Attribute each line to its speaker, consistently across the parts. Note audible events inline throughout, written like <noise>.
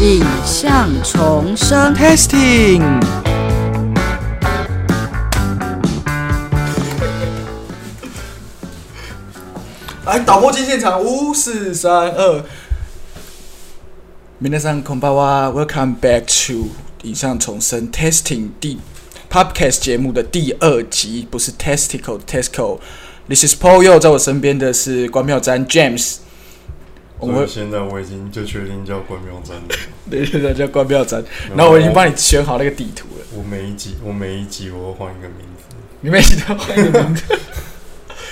Speaker 1: 影像重生。
Speaker 2: Testing，来导播进现场，五、四、三、二。皆さんこんばんは，Welcome back to 影像重生 Testing 第 Podcast 节目的第二集，不是 Testicle Testicle。This is Paul Yo，在我身边的是关妙詹 James。我
Speaker 3: 所
Speaker 2: 们
Speaker 3: 以现在我已经就确定叫关庙站
Speaker 2: <laughs>
Speaker 3: 了。
Speaker 2: 对对对，叫关妙詹。然后我已经帮你选好那个地图了。
Speaker 3: 我每一集，我每一集我会换一个名字。
Speaker 2: 你每集都换一个名字。 <laughs>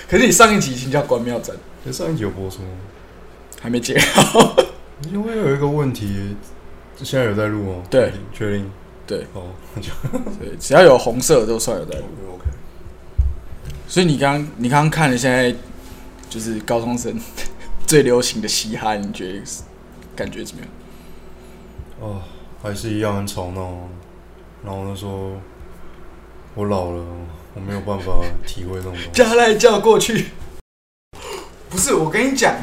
Speaker 2: 可是你上一集已经叫关庙展，
Speaker 3: 可上一集有播出吗？
Speaker 2: 还没接好。
Speaker 3: 因为有一个问题，现在有在录哦。
Speaker 2: 对，
Speaker 3: 确定。
Speaker 2: 对，
Speaker 3: 哦，那就
Speaker 2: <laughs> 对，只要有红色的都算有在录。
Speaker 3: OK。
Speaker 2: 所以你刚你刚刚看了现在就是高中生 <laughs> 最流行的嘻哈，你觉得是感觉怎么样？
Speaker 3: 哦，还是一样很吵闹。然后他说，我老了，我没有办法体会这
Speaker 2: <laughs>
Speaker 3: 种东西。
Speaker 2: 加赖叫过去。不是，我跟你讲，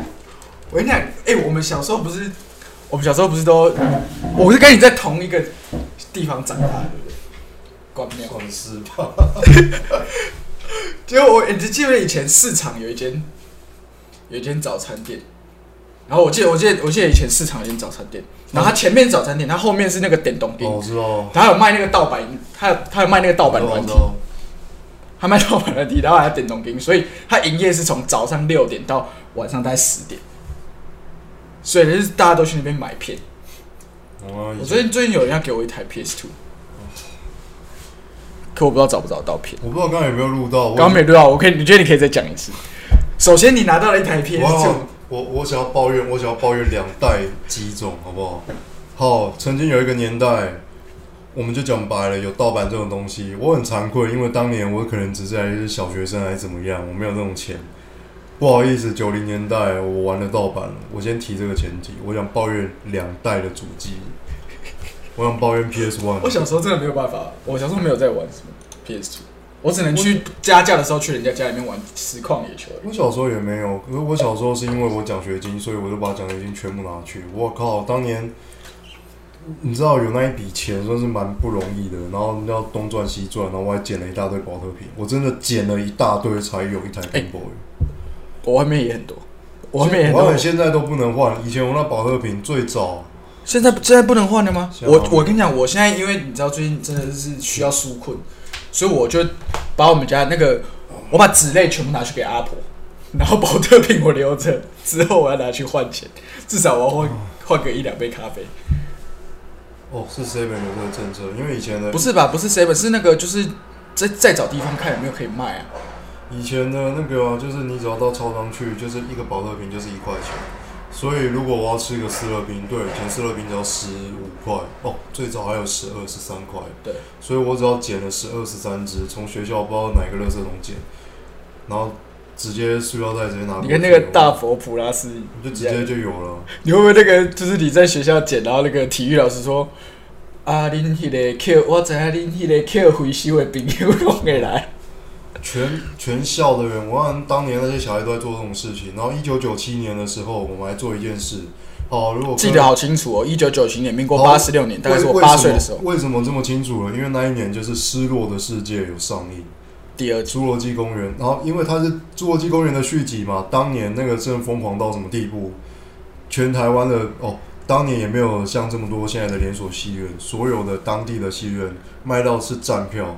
Speaker 2: 我跟你讲，哎、我们小时候不是，我们小时候不是都，我是跟你在同一个地方长大，对不对？关庙。
Speaker 3: 算是吧。
Speaker 2: 结果我，你记不记得以前市场有一间，有一间早餐店，然后我记得，我记得，我记得以前市场有一间早餐店，然后它前面是早餐店，它后面是那个点东
Speaker 3: 哦，
Speaker 2: 冰，
Speaker 3: 我知道。
Speaker 2: 它有卖那个盗版，它有它有卖那个盗 <laughs> 版
Speaker 3: 我
Speaker 2: 软
Speaker 3: 知
Speaker 2: 体，
Speaker 3: 道。
Speaker 2: 它卖盗版软体，然后还有点东冰，所以它营业是从早上六点到晚上大概十点，所以就是大家都去那边买片。
Speaker 3: 我以
Speaker 2: 我
Speaker 3: 前
Speaker 2: 最近最近有人要给我一台 PS Two，可我不知道找不找得到片。
Speaker 3: 我不知道刚才有没有录到。我
Speaker 2: 刚刚没录到，我可以，你觉得你可以再讲一次？哦首先，你拿到了一台 PS
Speaker 3: 哇
Speaker 2: Two。，
Speaker 3: 我我想要抱怨，我想要抱怨两代机种，好不好？好，曾经有一个年代，我们就讲白了，有盗版这种东西，我很惭愧，因为当年我可能只是还是小学生还是怎么样，我没有那种钱。不好意思，九零年代我玩了盗版了，我先提这个前提，我想抱怨两代的主机，我想抱怨 PS One，
Speaker 2: 我小时候真的没有办法，我小时候没有在玩什么 PS 2我只能去家教的时候去人家家里面玩实况野球而已。
Speaker 3: 我小时候也没有，可是我小时候是因为我奖学金，所以我就把奖学金全部拿去。我靠，当年你知道有那一笔钱算是蛮不容易的，然后要东赚西赚，然后我还捡了一大堆保特瓶，我真的捡了一大堆才有一台 Game Boy。
Speaker 2: 我外面也很多，哎我外面也很
Speaker 3: 我好像
Speaker 2: 多。
Speaker 3: 现在都不能换，以前我那保特瓶最早
Speaker 2: 现在现在不能换了吗？
Speaker 3: 现在
Speaker 2: 我我跟你讲，我现在因为你知道最近真的是需要纾困，所以我就把我们家那个我把纸类全部拿去给阿婆， <laughs> 然后保特瓶我留着，之后我要拿去换钱，至少我要换换个一两杯咖啡。
Speaker 3: 哦是 Seven 的这个政策，因为以前的
Speaker 2: 不是吧？不是 seven，是那个就是再再找地方看有没有可以卖啊。
Speaker 3: 以前的那个啊，就是你只要到超商去，就是一个保特瓶就是一块钱。所以如果我要吃一个四乐冰，对，以前四乐冰只要十五块哦，最早还有十二、十三块。
Speaker 2: 对，
Speaker 3: 所以我只要捡了十二、十三只，从学校不知道哪个垃圾桶捡，然后直接塑料袋直接拿过去。
Speaker 2: 你跟那个大佛普拉斯
Speaker 3: 我就直接就有了。
Speaker 2: 你会不会那个就是你在学校捡，然后那个体育老师说啊，恁迄个 Q，我知影恁迄个 Q 回收的朋友拢会来。
Speaker 3: 全全校的人，我看当年那些小孩都在做这种事情。然后一九九七年的时候，我们还做一件事。好，如果
Speaker 2: 记
Speaker 3: 各
Speaker 2: 得好清楚哦，一九九七年，民国
Speaker 3: 好
Speaker 2: 八十六年，大概是我
Speaker 3: 为
Speaker 2: 八岁的时候，
Speaker 3: 为什么。为什么这么清楚了？因为那一年就是《失落的世界》有上映
Speaker 2: 第二
Speaker 3: 《
Speaker 2: 集。
Speaker 3: 侏罗纪公园》，然后因为它是《侏罗纪公园》的续集嘛，当年那个真的疯狂到什么地步，全台湾的哦，当年也没有像这么多现在的连锁戏院，所有的当地的戏院卖到是站票，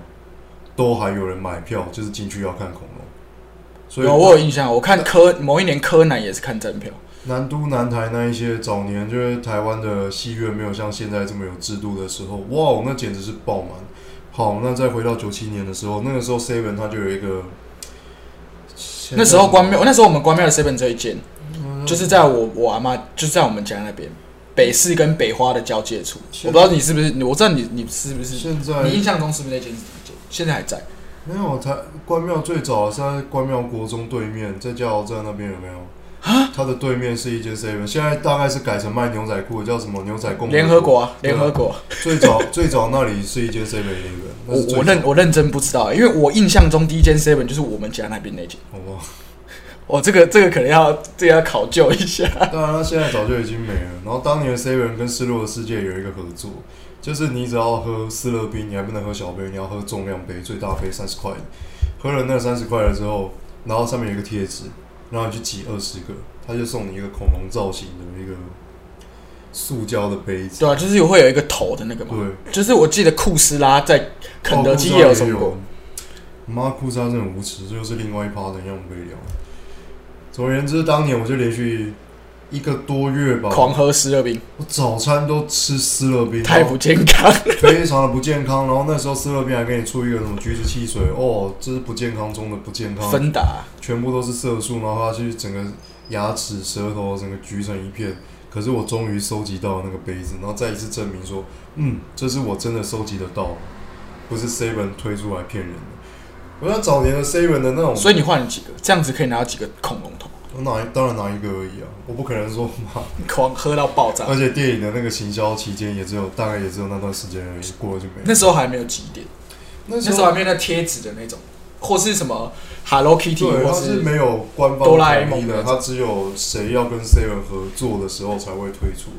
Speaker 3: 都还有人买票，就是进去要看恐龙。所以
Speaker 2: 有我有印象，我看柯某一年柯南也是看站票，
Speaker 3: 南都、南台那一些早年，就是台湾的戏院没有像现在这么有制度的时候，哇，那简直是爆满。好，那再回到九七年的时候，那个时候 Seven 它就有一个，
Speaker 2: 那时候关庙，那时候我们关庙的 seven 这一间，就是在我我阿妈，就是在我们家那边北市跟北花的交界处。我
Speaker 3: 现在
Speaker 2: 不知道你是不是，我知道你你是不是，
Speaker 3: 现在
Speaker 2: 你印象中是不是那间是哪一间？现在还在。
Speaker 3: 没有台关庙最早是在关庙国中对面，在加油站那边有没有？
Speaker 2: 啊
Speaker 3: 它的对面是一间 Seven，现在大概是改成卖牛仔裤的，叫什么牛仔共和
Speaker 2: 联合国啊，联合国。
Speaker 3: 最早最早那里是一间 Seven Eleven，那
Speaker 2: 我
Speaker 3: 是最早
Speaker 2: 欸我认我认真不知道、因为我印象中第一间 seven 就是我们家那边那间，
Speaker 3: 好不好？
Speaker 2: 哦，这个这个可能要这个要考究一下。
Speaker 3: <laughs> 当然，它现在早就已经没了。然后当年 Seven 跟失落的世界有一个合作，就是你只要喝四乐冰，你还不能喝小杯，你要喝重量杯，最大杯三十块。喝了那三十块了之后，然后上面有一个贴纸，然后你去挤二十个，他就送你一个恐龙造型的一个塑胶的杯子。
Speaker 2: 对啊，就是会有一个头的那个嘛。
Speaker 3: 对，哦
Speaker 2: 就是我记得库斯拉在肯德基也有送过。
Speaker 3: 妈，库沙真的很无耻，这又是另外一趴，等一下我们可以聊。总而言之，当年我就连续一个多月吧，
Speaker 2: 狂喝湿热冰，
Speaker 3: 我早餐都吃湿乐冰，哦
Speaker 2: 太不健康。
Speaker 3: 非常的不健康。然后那时候湿乐冰还给你出一个什么橘子汽水，哦，这是不健康中的不健康，
Speaker 2: 芬达
Speaker 3: 全部都是色素，然后它去整个牙齿、舌头整个橘成一片。可是我终于收集到了那个杯子，然后再一次证明说，嗯，这是我真的收集得到，不是 Seven 推出来骗人的。我想早年的 Seven 的那种，
Speaker 2: 所以你换了几个？这样子可以拿到几个恐龙头？
Speaker 3: 我拿当然拿一个而已啊，我不可能说妈
Speaker 2: 狂喝到爆炸
Speaker 3: 而。且电影的那个行销期间也只有大概也只有那段时间而已，过了就没了。
Speaker 2: 那时候还没有几点，
Speaker 3: 那
Speaker 2: 那时候还没有那贴纸的那种，或是什么 Hello Kitty，
Speaker 3: 对，
Speaker 2: 或
Speaker 3: 它是没有官方
Speaker 2: 哆啦 A
Speaker 3: 统一
Speaker 2: 梦
Speaker 3: 的，
Speaker 2: 的
Speaker 3: 它只有谁要跟 Seven 合作的时候才会推出。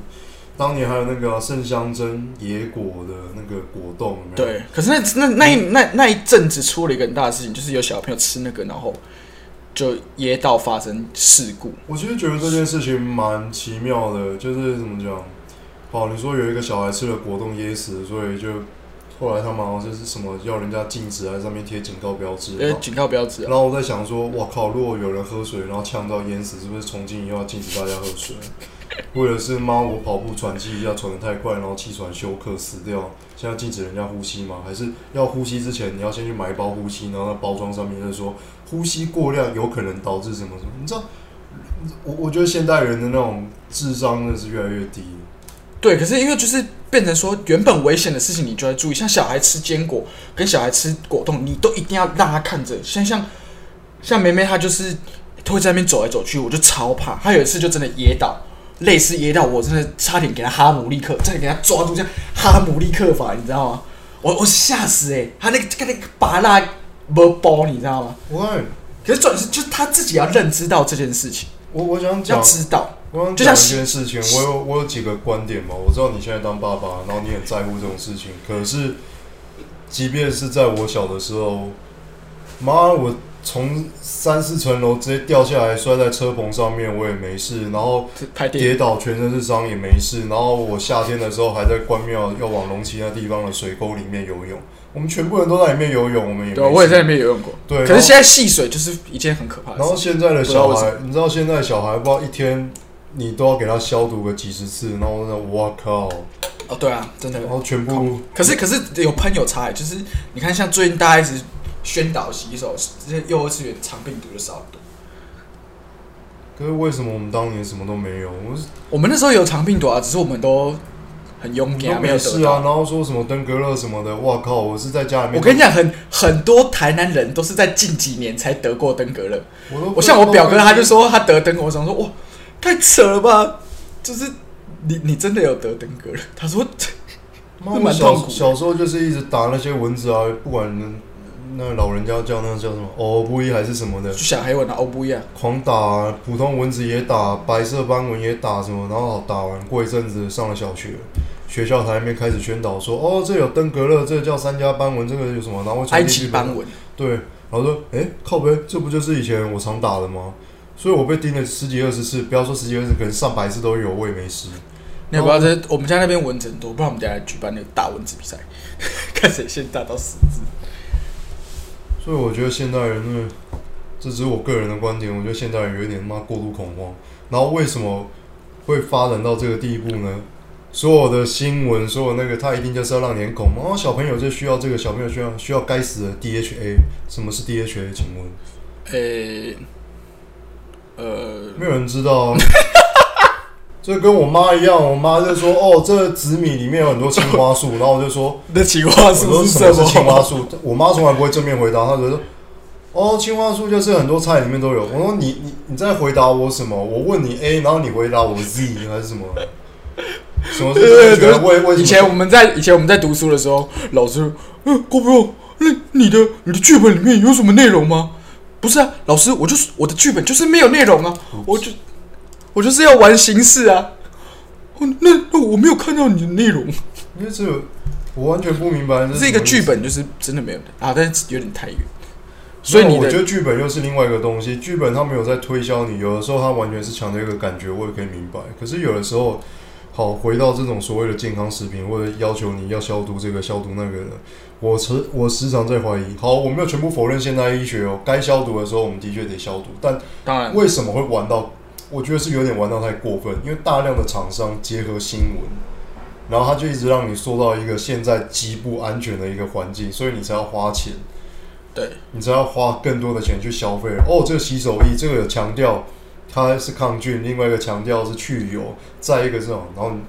Speaker 3: 当年还有那个啊圣香珍野果的那个果冻，有没有，
Speaker 2: 对。可是那那那一
Speaker 3: 嗯
Speaker 2: 那那一阵子出了一个很大的事情，就是有小朋友吃那个，然后就噎到发生事故。
Speaker 3: 我其实觉得这件事情蛮奇妙的，就是怎么讲？好，你说有一个小孩吃了果冻噎死，所以就后来他们好像就是什么要人家禁止，还上面贴警告标志，
Speaker 2: 呃
Speaker 3: 然，后
Speaker 2: 警告标志啊
Speaker 3: 然，后我在想说，我靠，如果有人喝水然后呛到淹死，是不是从今以后要禁止大家喝水？或者是妈，我跑步喘气一下喘得太快，然后气喘休克死掉，现在禁止人家呼吸吗？还是要呼吸之前你要先去买一包呼吸，然后那包装上面就说呼吸过量有可能导致什么什么？你知道，我我觉得现代人的那种智商真的是越来越低。
Speaker 2: 对，可是因为就是变成说，原本危险的事情你就要注意，像小孩吃坚果跟小孩吃果冻，你都一定要让他看着。像像像梅梅她就是她会在那边走来走去，我就超怕。她有一次就真的噎到，类似噎到我真的差点给她哈姆立克，差点给她抓住，这样哈姆立克法，你知道吗？我我吓死哎、欸，她那个那个拔蜡没包，你知道吗？
Speaker 3: 喂，
Speaker 2: 可是重点是，就是她自己要认知到这件事情，
Speaker 3: 我我想
Speaker 2: 要
Speaker 3: 讲，
Speaker 2: 知道。
Speaker 3: 我想
Speaker 2: 就
Speaker 3: 讲
Speaker 2: 像
Speaker 3: 一件事情，我有我有几个观点嘛。我知道你现在当爸爸，然后你很在乎这种事情。可是，即便是在我小的时候，妈，我从三四层楼直接掉下来，摔在车棚上面，我也没事。然后
Speaker 2: 拍电影
Speaker 3: 跌倒，全身是伤也没事。然后我夏天的时候还在关庙要往龙溪那地方的水沟里面游泳，我们全部人都在里面游泳，我们也没
Speaker 2: 对啊，我也
Speaker 3: 事
Speaker 2: 在那边游泳过。
Speaker 3: 对。
Speaker 2: 可是
Speaker 3: 然后
Speaker 2: 现在戏水就是一件很可怕的
Speaker 3: 然
Speaker 2: 事
Speaker 3: 后
Speaker 2: 情。
Speaker 3: 现在的小
Speaker 2: 不知道为
Speaker 3: 孩，你知道现在的小孩不知道一天你都要给他消毒个几十次，然后我就说我靠，
Speaker 2: 哦，对啊，真的
Speaker 3: 然。后全部
Speaker 2: 可是可是有喷有差欸，就是你看，像最近大家一直宣导洗手，这些幼儿次元肠病毒就少很多。
Speaker 3: 可是为什么我们当年什么都没有？我们
Speaker 2: 我们那时候有肠病毒啊，只是我们都很勇敢
Speaker 3: 都
Speaker 2: 啊，没
Speaker 3: 没
Speaker 2: 有
Speaker 3: 事
Speaker 2: 得
Speaker 3: 啊，
Speaker 2: 到。
Speaker 3: 然后说什么登革热什么的，哇靠！我是在家里面，
Speaker 2: 我跟你讲，很很多台南人都是在近几年才得过登革热。
Speaker 3: 我都
Speaker 2: 我像我表哥，他就说他得登革热，我想说哇，太扯了吧！就是你你真的有得登革热？他说 <laughs>
Speaker 3: 妈，
Speaker 2: 是
Speaker 3: 我
Speaker 2: 蛮
Speaker 3: 小
Speaker 2: 痛苦的
Speaker 3: 小时候就是一直打那些蚊子啊，不管那老人家叫那叫什么哦不一还是什么的
Speaker 2: 就，小黑蚊啊，哦不一样。
Speaker 3: 狂打、普通蚊子也打，白色斑蚊也打什么，然后打完过一阵子上了小学，学校台面开始宣导说，哦，这有登革热，这个叫三家斑蚊，这个有什么，然后会传
Speaker 2: 埃
Speaker 3: 进
Speaker 2: 及
Speaker 3: 日本
Speaker 2: 斑，蚊，
Speaker 3: 对，然后说，哎、靠背，这不就是以前我常打的吗？所以我被叮了十几二十次，不要说十几二十次，可能上百次都有，我也没事。
Speaker 2: 你要不要在我们家那边蚊子很多，不然我们等一下来举办那个打蚊子比赛， <laughs> 看谁先打到死。
Speaker 3: 所以我觉得现代人呢，这只是我个人的观点，我觉得现代人有一点妈过度恐慌。然后为什么会发展到这个地步呢？所有的新闻，所有那个，他一定就是要让你很恐慌。哦，小朋友就需要这个，小朋友需要需要该死的 DHA。什么是 DHA？请问，
Speaker 2: 诶、呃，
Speaker 3: 没有人知道啊。 <laughs> 这跟我妈一样，我妈就说：“哦，这紫米里面有很多青花素。”然后我就说：“
Speaker 2: <laughs> 那青花
Speaker 3: 我说
Speaker 2: 素
Speaker 3: 什
Speaker 2: 什
Speaker 3: 么是青花
Speaker 2: 么？
Speaker 3: 素？我妈从来不会正面回答，她觉得说哦，青花素就是很多菜里面都有。我说你你你在回答我什么？我问你 A，然后你回答我 Z 还是什么？什么是
Speaker 2: 对
Speaker 3: 正确
Speaker 2: 对
Speaker 3: 的？为为
Speaker 2: 以
Speaker 3: 什
Speaker 2: 前我
Speaker 3: 么？
Speaker 2: 们在以前我们在读书的呃时候，老师，嗯、郭不用，那你的你的剧本里面有什么内容吗？不是啊，老师，我就是我的剧本就是没有内容啊，
Speaker 3: 嗯
Speaker 2: 我就我就是要玩形式啊。哦那那我没有看到你的内容，
Speaker 3: 因为这个我完全不明白
Speaker 2: 这
Speaker 3: 这
Speaker 2: 个剧本就是真的没有啊，但是有点太远。所以你
Speaker 3: 没有我觉得
Speaker 2: 的
Speaker 3: 剧本又是另外一个东西，剧本它没有在推销你，有的时候它完全是强调一个感觉，我也可以明白。可是有的时候，好回到这种所谓的健康食品，或者要求你要消毒这个消毒那个的，我时我时常在怀疑。好，我没有全部否认现代医学哦，该消毒的时候我们的确得消毒，但
Speaker 2: 当然
Speaker 3: 为什么会玩到？我觉得是有点玩到太过分，因为大量的厂商结合新闻，然后他就一直让你缩到一个现在极不安全的一个环境，所以你才要花钱。
Speaker 2: 对，
Speaker 3: 你只要花更多的钱去消费。哦，这个洗手液，这个有强调它是抗菌，另外一个强调是去油，再一个这种，然后你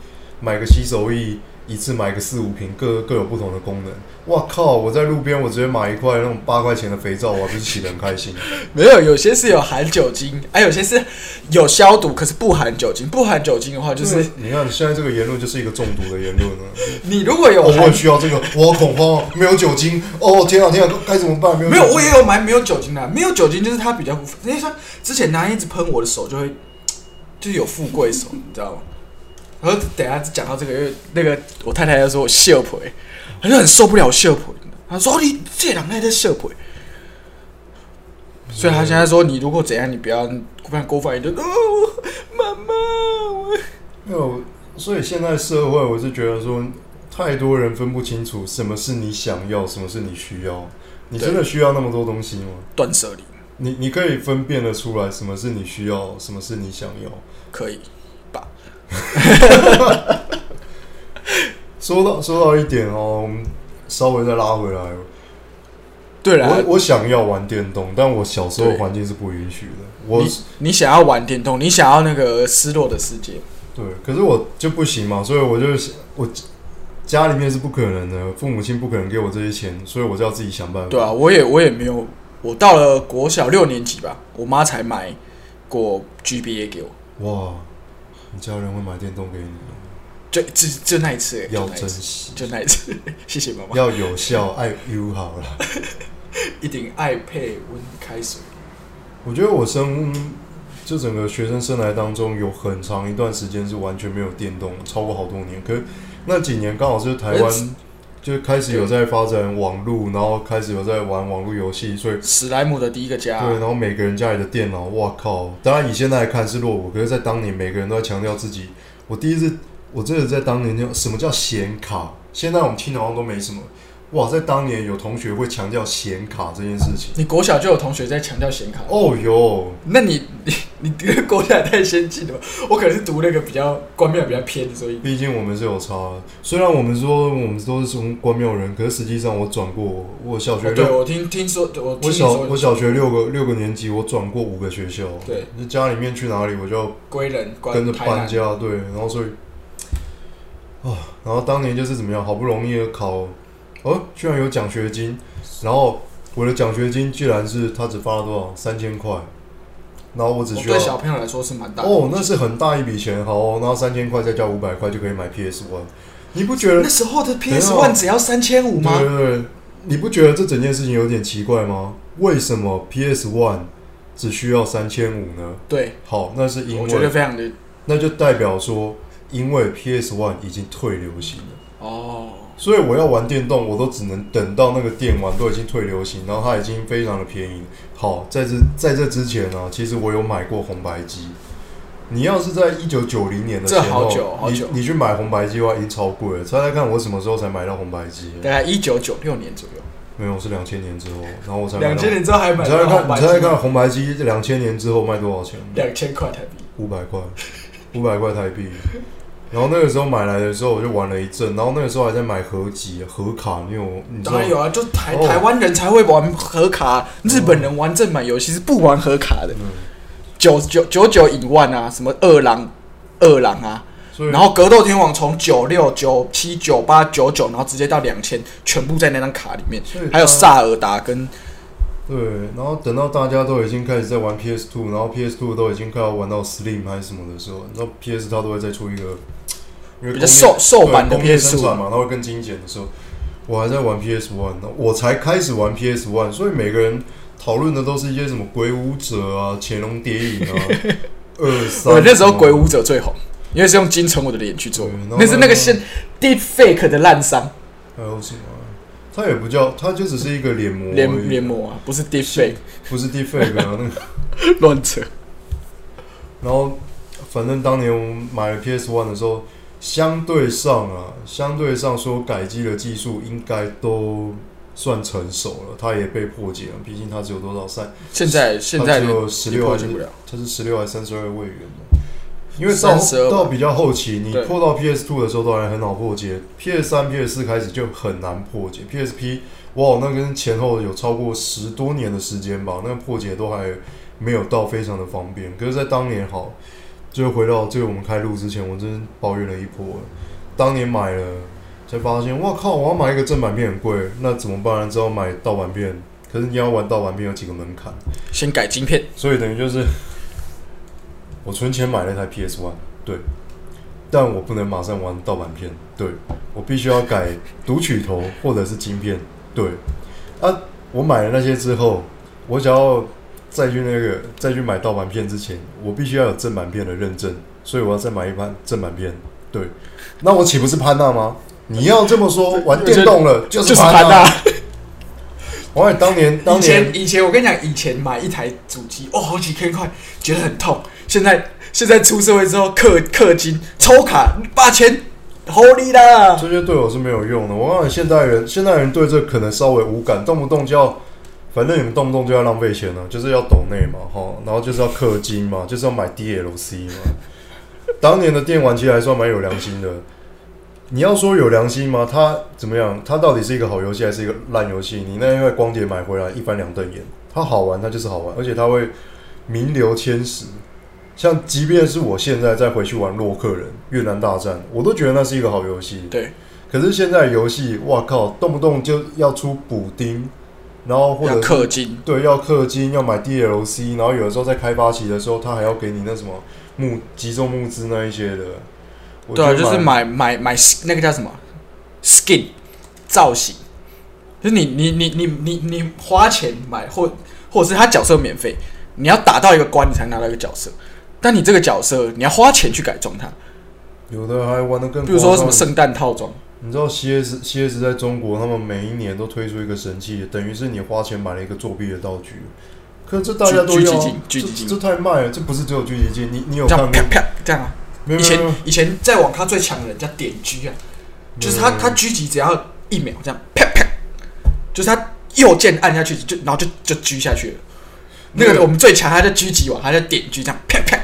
Speaker 3: 买个洗手液一次买个四五瓶，各各有不同的功能。哇靠！我在路边我直接买一块那种八块钱的肥皂，我还不是洗得很开心。 <laughs>
Speaker 2: 没有，有些是有含酒精，还、有些是有消毒，可是不含酒精。不含酒精的话，就是
Speaker 3: 你看现在这个言论就是一个中毒的言论了。
Speaker 2: 你如果有
Speaker 3: 哦，我
Speaker 2: 含
Speaker 3: 很需要这个，我好恐慌哦，没有酒精。哦天啊天啊，该怎么办？没有
Speaker 2: 没
Speaker 3: 没
Speaker 2: 有，我也有买没有酒精的，没有酒精就是它比较不，因为说之前拿一直喷我的手就会，就是有富贵手，你知道吗？然后等一下讲到这个，因为那个我太太就说我秀婆，她就很受不了我秀婆，她说、哦、你这两天在秀婆，所以她现在说你如果怎样，你不要不然郭帆就哦妈妈，我
Speaker 3: 没有，所以现在社会，我是觉得说，太多人分不清楚什么是你想要，什么是你需要。你真的需要那么多东西吗？
Speaker 2: 断舍离
Speaker 3: 你你可以分辨得出来什么是你需要，什么是你想要。
Speaker 2: 可以吧？
Speaker 3: 说到说到一点哦，我们稍微再拉回来。
Speaker 2: 对了
Speaker 3: 我，我想要玩电动，但我小时候
Speaker 2: 对
Speaker 3: 环境是不允许的。我
Speaker 2: 你你想要玩电动，你想要那个失落的世界，
Speaker 3: 对，可是我就不行嘛，所以我就是我家里面是不可能的，父母亲不可能给我这些钱，所以我就要自己想办法。
Speaker 2: 对啊，我也我也没有，我到了国小六年级吧，我妈才买过 GBA 给我，
Speaker 3: 哇，你家人会买电动给你，
Speaker 2: 就就就那一次、欸，
Speaker 3: 要
Speaker 2: 就那一
Speaker 3: 珍
Speaker 2: 次，
Speaker 3: 惜，
Speaker 2: 就那一次， <laughs> 谢谢妈妈。
Speaker 3: <laughs> 要有效，爱 U 好了。
Speaker 2: 一顶爱配温开水，
Speaker 3: 我觉得我生就整个学生生涯当中，有很长一段时间是完全没有电动，超过好多年。可是那几年刚好是台
Speaker 2: 我也是
Speaker 3: 湾就开始有在发展网络，然后开始有在玩网络游戏，所以。
Speaker 2: 史莱姆的第一个家，
Speaker 3: 对，然后每个人家里的电脑，哇靠！当然以现在来看是落伍，可是，在当年每个人都在强调自己。我第一次，我真的在当年就什么叫显卡？现在我们听好像都没什么。哇，在当年有同学会强调显卡这件事情。
Speaker 2: 你国小就有同学在强调显卡，
Speaker 3: 哦哟，
Speaker 2: <laughs> 那你你你这个国小也太先进了吧？我可能是读那个比较观念比较偏，所以
Speaker 3: 毕竟我们是有差的。虽然我们说我们都是从关庙人，可是实际上我转过，我小学
Speaker 2: 哦对
Speaker 3: 六，
Speaker 2: 我听听说，我听
Speaker 3: 我
Speaker 2: 你
Speaker 3: 小
Speaker 2: 说
Speaker 3: 我小学六个六个年级，我转过五个学校。
Speaker 2: 对，
Speaker 3: 就家里面去哪里我就
Speaker 2: 归人关
Speaker 3: 跟着
Speaker 2: 台
Speaker 3: 搬
Speaker 2: 南
Speaker 3: 家，对，然后所以，啊，然后当年就是怎么样，好不容易考，哦，居然有奖学金，然后我的奖学金居然是他只发了多少三千块，然后我只
Speaker 2: 我
Speaker 3: 需
Speaker 2: 哦对小
Speaker 3: 要。
Speaker 2: 朋友来说是蛮大的
Speaker 3: 哦，那是很大一笔钱，好、哦，然后三千块再加五百块就可以买 PS One，你不觉得
Speaker 2: 那时候的
Speaker 3: 有
Speaker 2: PS One 只要三千五吗？
Speaker 3: 对对对，你不觉得这整件事情有点奇怪吗？为什么 PS One 只需要三千五呢？
Speaker 2: 对，
Speaker 3: 好，那是因
Speaker 2: 我觉
Speaker 3: 为
Speaker 2: 得非常的
Speaker 3: 那就代表说，因为 PS One 已经退流行了，
Speaker 2: 哦，
Speaker 3: 所以我要玩电动，我都只能等到那个电玩都已经退流行，然后它已经非常的便宜。好，在这在这之前呢、其实我有买过红白机。你要是在一九九零年的
Speaker 2: 这
Speaker 3: 前
Speaker 2: 好
Speaker 3: 后，
Speaker 2: 久好
Speaker 3: 你
Speaker 2: 久
Speaker 3: 你去买红白机的话，已经超贵了。猜猜看，我什么时候才买到红白机？啊
Speaker 2: 大概一九九六年左右，
Speaker 3: 没有，是两千年之后，然后我才买到
Speaker 2: 两千年之后还
Speaker 3: 你
Speaker 2: 买
Speaker 3: 猜猜
Speaker 2: 到
Speaker 3: 看，你猜猜看，
Speaker 2: 200
Speaker 3: 红白机两千年之后卖多少钱？
Speaker 2: 两千块台币，
Speaker 3: 五百块， <laughs> 五百块台币。然后那个时候买来的时候，我就玩了一阵，然后那个时候还在买合集、合卡，因为我你知
Speaker 2: 当
Speaker 3: 道
Speaker 2: 然有啊，就台
Speaker 3: 哦
Speaker 2: 台湾人才会玩盒卡，日本人玩正版游戏是不玩盒卡的，
Speaker 3: 嗯
Speaker 2: 九九九九一万啊，什么二郎二郎啊。
Speaker 3: 所以
Speaker 2: 然后格斗天王从九六、九七、九八、九九，然后直接到两千，全部在那张卡里面
Speaker 3: 所以。
Speaker 2: 还有
Speaker 3: 它
Speaker 2: 萨尔达跟
Speaker 3: 对，然后等到大家都已经开始在玩 PS Two，然后 PS Two 都已经快要玩到 Slim 还是什么的时候，你知道 PS 它都会再出一个，因为
Speaker 2: 比较
Speaker 3: 供应
Speaker 2: 瘦瘦版的
Speaker 3: 对供应
Speaker 2: PS2
Speaker 3: 生产嘛，它会更精简的时候，我还在玩 PS One，我才开始玩 PS One，所以每个人讨论的都是一些什么鬼舞者啊、潜龙谍影
Speaker 2: <laughs>
Speaker 3: 啊、二三
Speaker 2: 我
Speaker 3: 啊。
Speaker 2: 那时候鬼舞者最红，因为是用金城武的脸去做
Speaker 3: 对，嗯然后
Speaker 2: 那是那个是 deep fake 的烂伤
Speaker 3: 还有什么啊？它也不叫，它就只是一个脸模而已，
Speaker 2: 脸脸膜啊，不是 deep fake
Speaker 3: 不是 deepfake 啊。那个， <laughs>
Speaker 2: 乱扯。
Speaker 3: 然后反正当年我们买了 PS One 的时候，相对上啊，相对上说改机的技术应该都算成熟了，它也被破解了，毕竟它只有多少赛，
Speaker 2: 现在现在的
Speaker 3: 它只有十
Speaker 2: 你
Speaker 3: 六
Speaker 2: 破
Speaker 3: 还
Speaker 2: 解
Speaker 3: 是
Speaker 2: 不了，
Speaker 3: 它是十六还是三十二位元的。因为到
Speaker 2: 32吧
Speaker 3: 到比较后期，你
Speaker 2: 对
Speaker 3: 破到 PS Two 的时候都还很好破解，PS 三、PS 四开始就很难破解，PSP 哇，那跟前后有超过十多年的时间吧，那个破解都还没有到非常的方便。可是，在当年好，就回到这个我们开录之前，我真抱怨了一波了。当年买了，才发现，哇靠，我要买一个正版片很贵，那怎么办呢？只好买盗版片。可是你要玩盗版片有几个门槛，
Speaker 2: 先改晶片，
Speaker 3: 所以等于就是我存钱买了一台 PS One，对，但我不能马上玩盗版片，对我必须要改读取头或者是晶片，对啊，我买了那些之后，我想要再去那个再去买盗版片之前，我必须要有正版片的认证，所以我要再买一盘正版片，对，那我岂不是潘娜吗？你要这么说，玩电动了
Speaker 2: 就
Speaker 3: 就
Speaker 2: 是是
Speaker 3: 潘
Speaker 2: 潘
Speaker 3: 娜。
Speaker 2: 大。
Speaker 3: 我还当年啊当
Speaker 2: 以
Speaker 3: 年
Speaker 2: 前以前我跟你讲，以前买一台主机哦，好几千块，觉得很痛。现在现在出社会之后，氪氪金抽卡八千，合理啦。
Speaker 3: 这些对我是没有用的。我看现代人，现代人对这可能稍微无感，动不动就要，反正你们动不动就要浪费钱了、就是要抖内嘛，哈，然后就是要氪金嘛，就是要买 DLC 嘛。当年的电玩其实还算蛮有良心的。你要说有良心吗？它怎么样？它到底是一个好游戏还是一个烂游戏？你那一块光碟买回来一翻两瞪眼，它好玩，它就是好玩，而且它会名留千史。像即便是我现在再回去玩洛克人、越南大战，我都觉得那是一个好游戏。
Speaker 2: 对，
Speaker 3: 可是现在游戏，哇靠，动不动就要出补丁，然后或
Speaker 2: 要
Speaker 3: 者
Speaker 2: 氪金，
Speaker 3: 对要氪金，要买 DLC，然后有的时候在开发期的时候，他还要给你那什么募集中募资那一些的。我
Speaker 2: 对啊，就是买买买那个叫什么 skin 造型，就是你你你你你你花钱买，或或者是他角色免费，你要打到一个关，你才拿到一个角色。但你这个角色，你要花钱去改装它，
Speaker 3: 有的还玩的更，
Speaker 2: 比如说什么，圣诞套装，
Speaker 3: 你知道 CS CS 在中国，他们每一年都推出一个神器，等于是你花钱买了一个作弊的道具。可这大家都
Speaker 2: 狙狙
Speaker 3: 要
Speaker 2: 击
Speaker 3: 啊
Speaker 2: 镜，
Speaker 3: 这
Speaker 2: 狙击镜
Speaker 3: 这太卖了，这不是只有狙击镜，你你有
Speaker 2: 这
Speaker 3: 看
Speaker 2: 样
Speaker 3: 过嗯
Speaker 2: 啪？啪这样啊。
Speaker 3: 没有
Speaker 2: 以
Speaker 3: 没有
Speaker 2: 前
Speaker 3: 没有，
Speaker 2: 以前在网咖最强的人叫点狙啊，就是他
Speaker 3: 嗯
Speaker 2: 他狙击只要一秒这样啪啪，就是他右键按下去就然后就就狙下去了。
Speaker 3: 那
Speaker 2: 那
Speaker 3: 个
Speaker 2: 个我们最强，他叫狙击王，他叫点狙这样啪啪。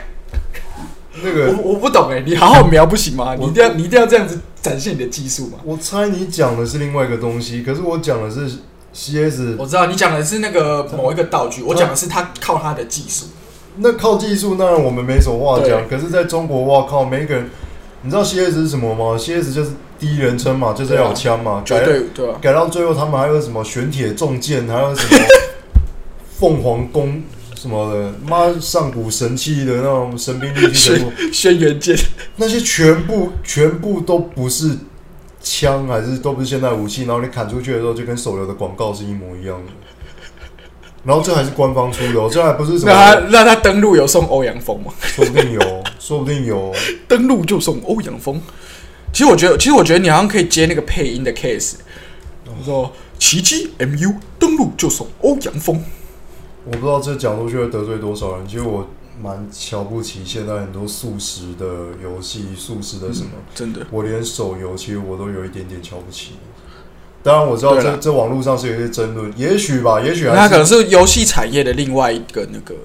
Speaker 3: 那个
Speaker 2: 我我不懂哎、你好好瞄不行吗？
Speaker 3: 我
Speaker 2: 你一定要你一定要这样子展现你的技术嘛。
Speaker 3: 我猜你讲的是另外一个东西，可是我讲的是 CS，
Speaker 2: 我知道你讲的是那个某一个道具，我讲的是他靠他的技术。
Speaker 3: 那靠技术，当然我们没什么话
Speaker 2: 对
Speaker 3: 讲。可是在中国，哇靠，每一个人，你知道 CS 是什么吗？CS 就是第一人称嘛，就是要有枪嘛，
Speaker 2: 啊绝
Speaker 3: 改
Speaker 2: 对对啊，
Speaker 3: 改到最后，他们还有什么玄铁重剑，还有什
Speaker 2: <laughs>
Speaker 3: 么凤凰弓什么的，妈上古神器的那种神兵利器全部
Speaker 2: 轩，轩辕剑，
Speaker 3: 那些全部全部都不是枪，还是都不是现代武器，然后你砍出去的时候就跟手游的广告是一模一样的。然后这还是官方出的、哦，这还不是什
Speaker 2: 那他
Speaker 3: 么，
Speaker 2: 那他登录有送欧阳锋吗？
Speaker 3: 说不定有哦，说不定有哦。
Speaker 2: 登录就送欧阳锋。其实我觉得，其实我觉得你好像可以接那个配音的 case，你说奇迹 MU 登录就送欧阳锋，
Speaker 3: 我不知道这讲出去会得罪多少人。其实我蛮瞧不起现在很多素食的游戏、素食的什么，
Speaker 2: 真的
Speaker 3: 我连手游其实我都有一点点瞧不起。当然我知道
Speaker 2: 对
Speaker 3: 这
Speaker 2: 啦
Speaker 3: 这网络上是有一些争论，也许吧，也许还是
Speaker 2: 那可能是游戏产业的另外一个那个，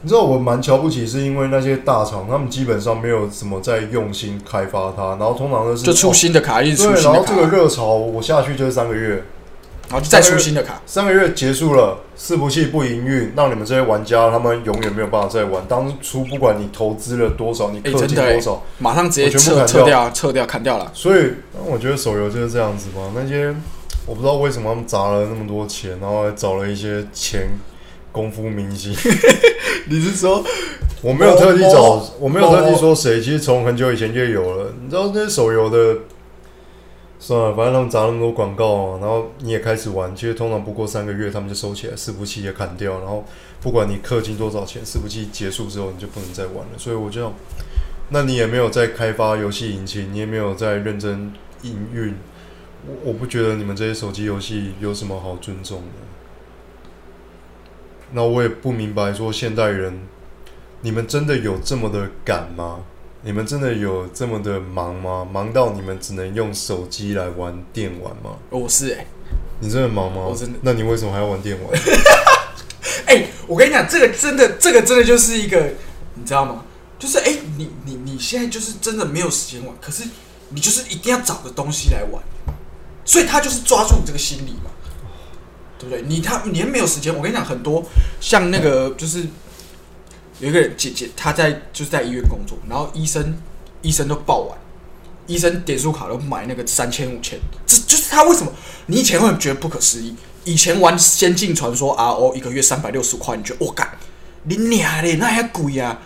Speaker 3: 你知道我蛮瞧不起，是因为那些大厂他们基本上没有怎么在用心开发它，然后通常都是
Speaker 2: 就出新的卡，一
Speaker 3: 哦
Speaker 2: 直出
Speaker 3: 对，
Speaker 2: 新
Speaker 3: 然
Speaker 2: 的
Speaker 3: 后
Speaker 2: 卡
Speaker 3: 这，个热潮我下去就是三个月，
Speaker 2: 然后就再出新的卡，
Speaker 3: 三个月结束了，伺服器不营运，让你们这些玩家他们永远没有办法再玩。当初不管你投资了多少，你
Speaker 2: 哎
Speaker 3: 氪金
Speaker 2: 真的哎
Speaker 3: 多少，
Speaker 2: 马上直接
Speaker 3: 我全部
Speaker 2: 撤
Speaker 3: 砍
Speaker 2: 撤
Speaker 3: 掉
Speaker 2: 掉，撤掉，砍掉了。
Speaker 3: 所以我觉得手游就是这样子嘛。那些我不知道为什么他们砸了那么多钱，然后还找了一些前功夫明星，
Speaker 2: 你是说
Speaker 3: 我没有特地
Speaker 2: 某
Speaker 3: 找
Speaker 2: 某，
Speaker 3: 我没有特地说谁，其实从很久以前就有了。你知道那些手游的，算了，反正他们砸那么多广告、啊，然后你也开始玩，其实通常不过三个月，他们就收起来，伺服器也砍掉，然后不管你氪金多少钱，伺服器结束之后你就不能再玩了。所以我就想，那你也没有在开发游戏引擎，你也没有在认真营运，我我不觉得你们这些手机游戏有什么好尊重的。那我也不明白，说现代人，你们真的有这么的赶吗？你们真的有这么的忙吗？忙到你们只能用手机来玩电玩吗？
Speaker 2: 我是哎、
Speaker 3: 你真的忙吗？
Speaker 2: 我真的
Speaker 3: 那你为什么还要玩电玩？ <laughs>
Speaker 2: 哎、我跟你讲，这个真的，这个真的就是一个，你知道吗？就是哎、你你你现在就是真的没有时间玩，可是你就是一定要找个东西来玩，所以他就是抓住你这个心理嘛，对不对？你他你没有时间，我跟你讲，很多像那个就是有一个人姐姐，她在就是在医院工作，然后医生医生都爆完。医生点数卡都买那个三千五千，这就是他为什么你以前会觉得不可思议。以前玩《仙境传说》RO 一个月三百六十块，你觉得我干、你娘嘞，那还贵呀、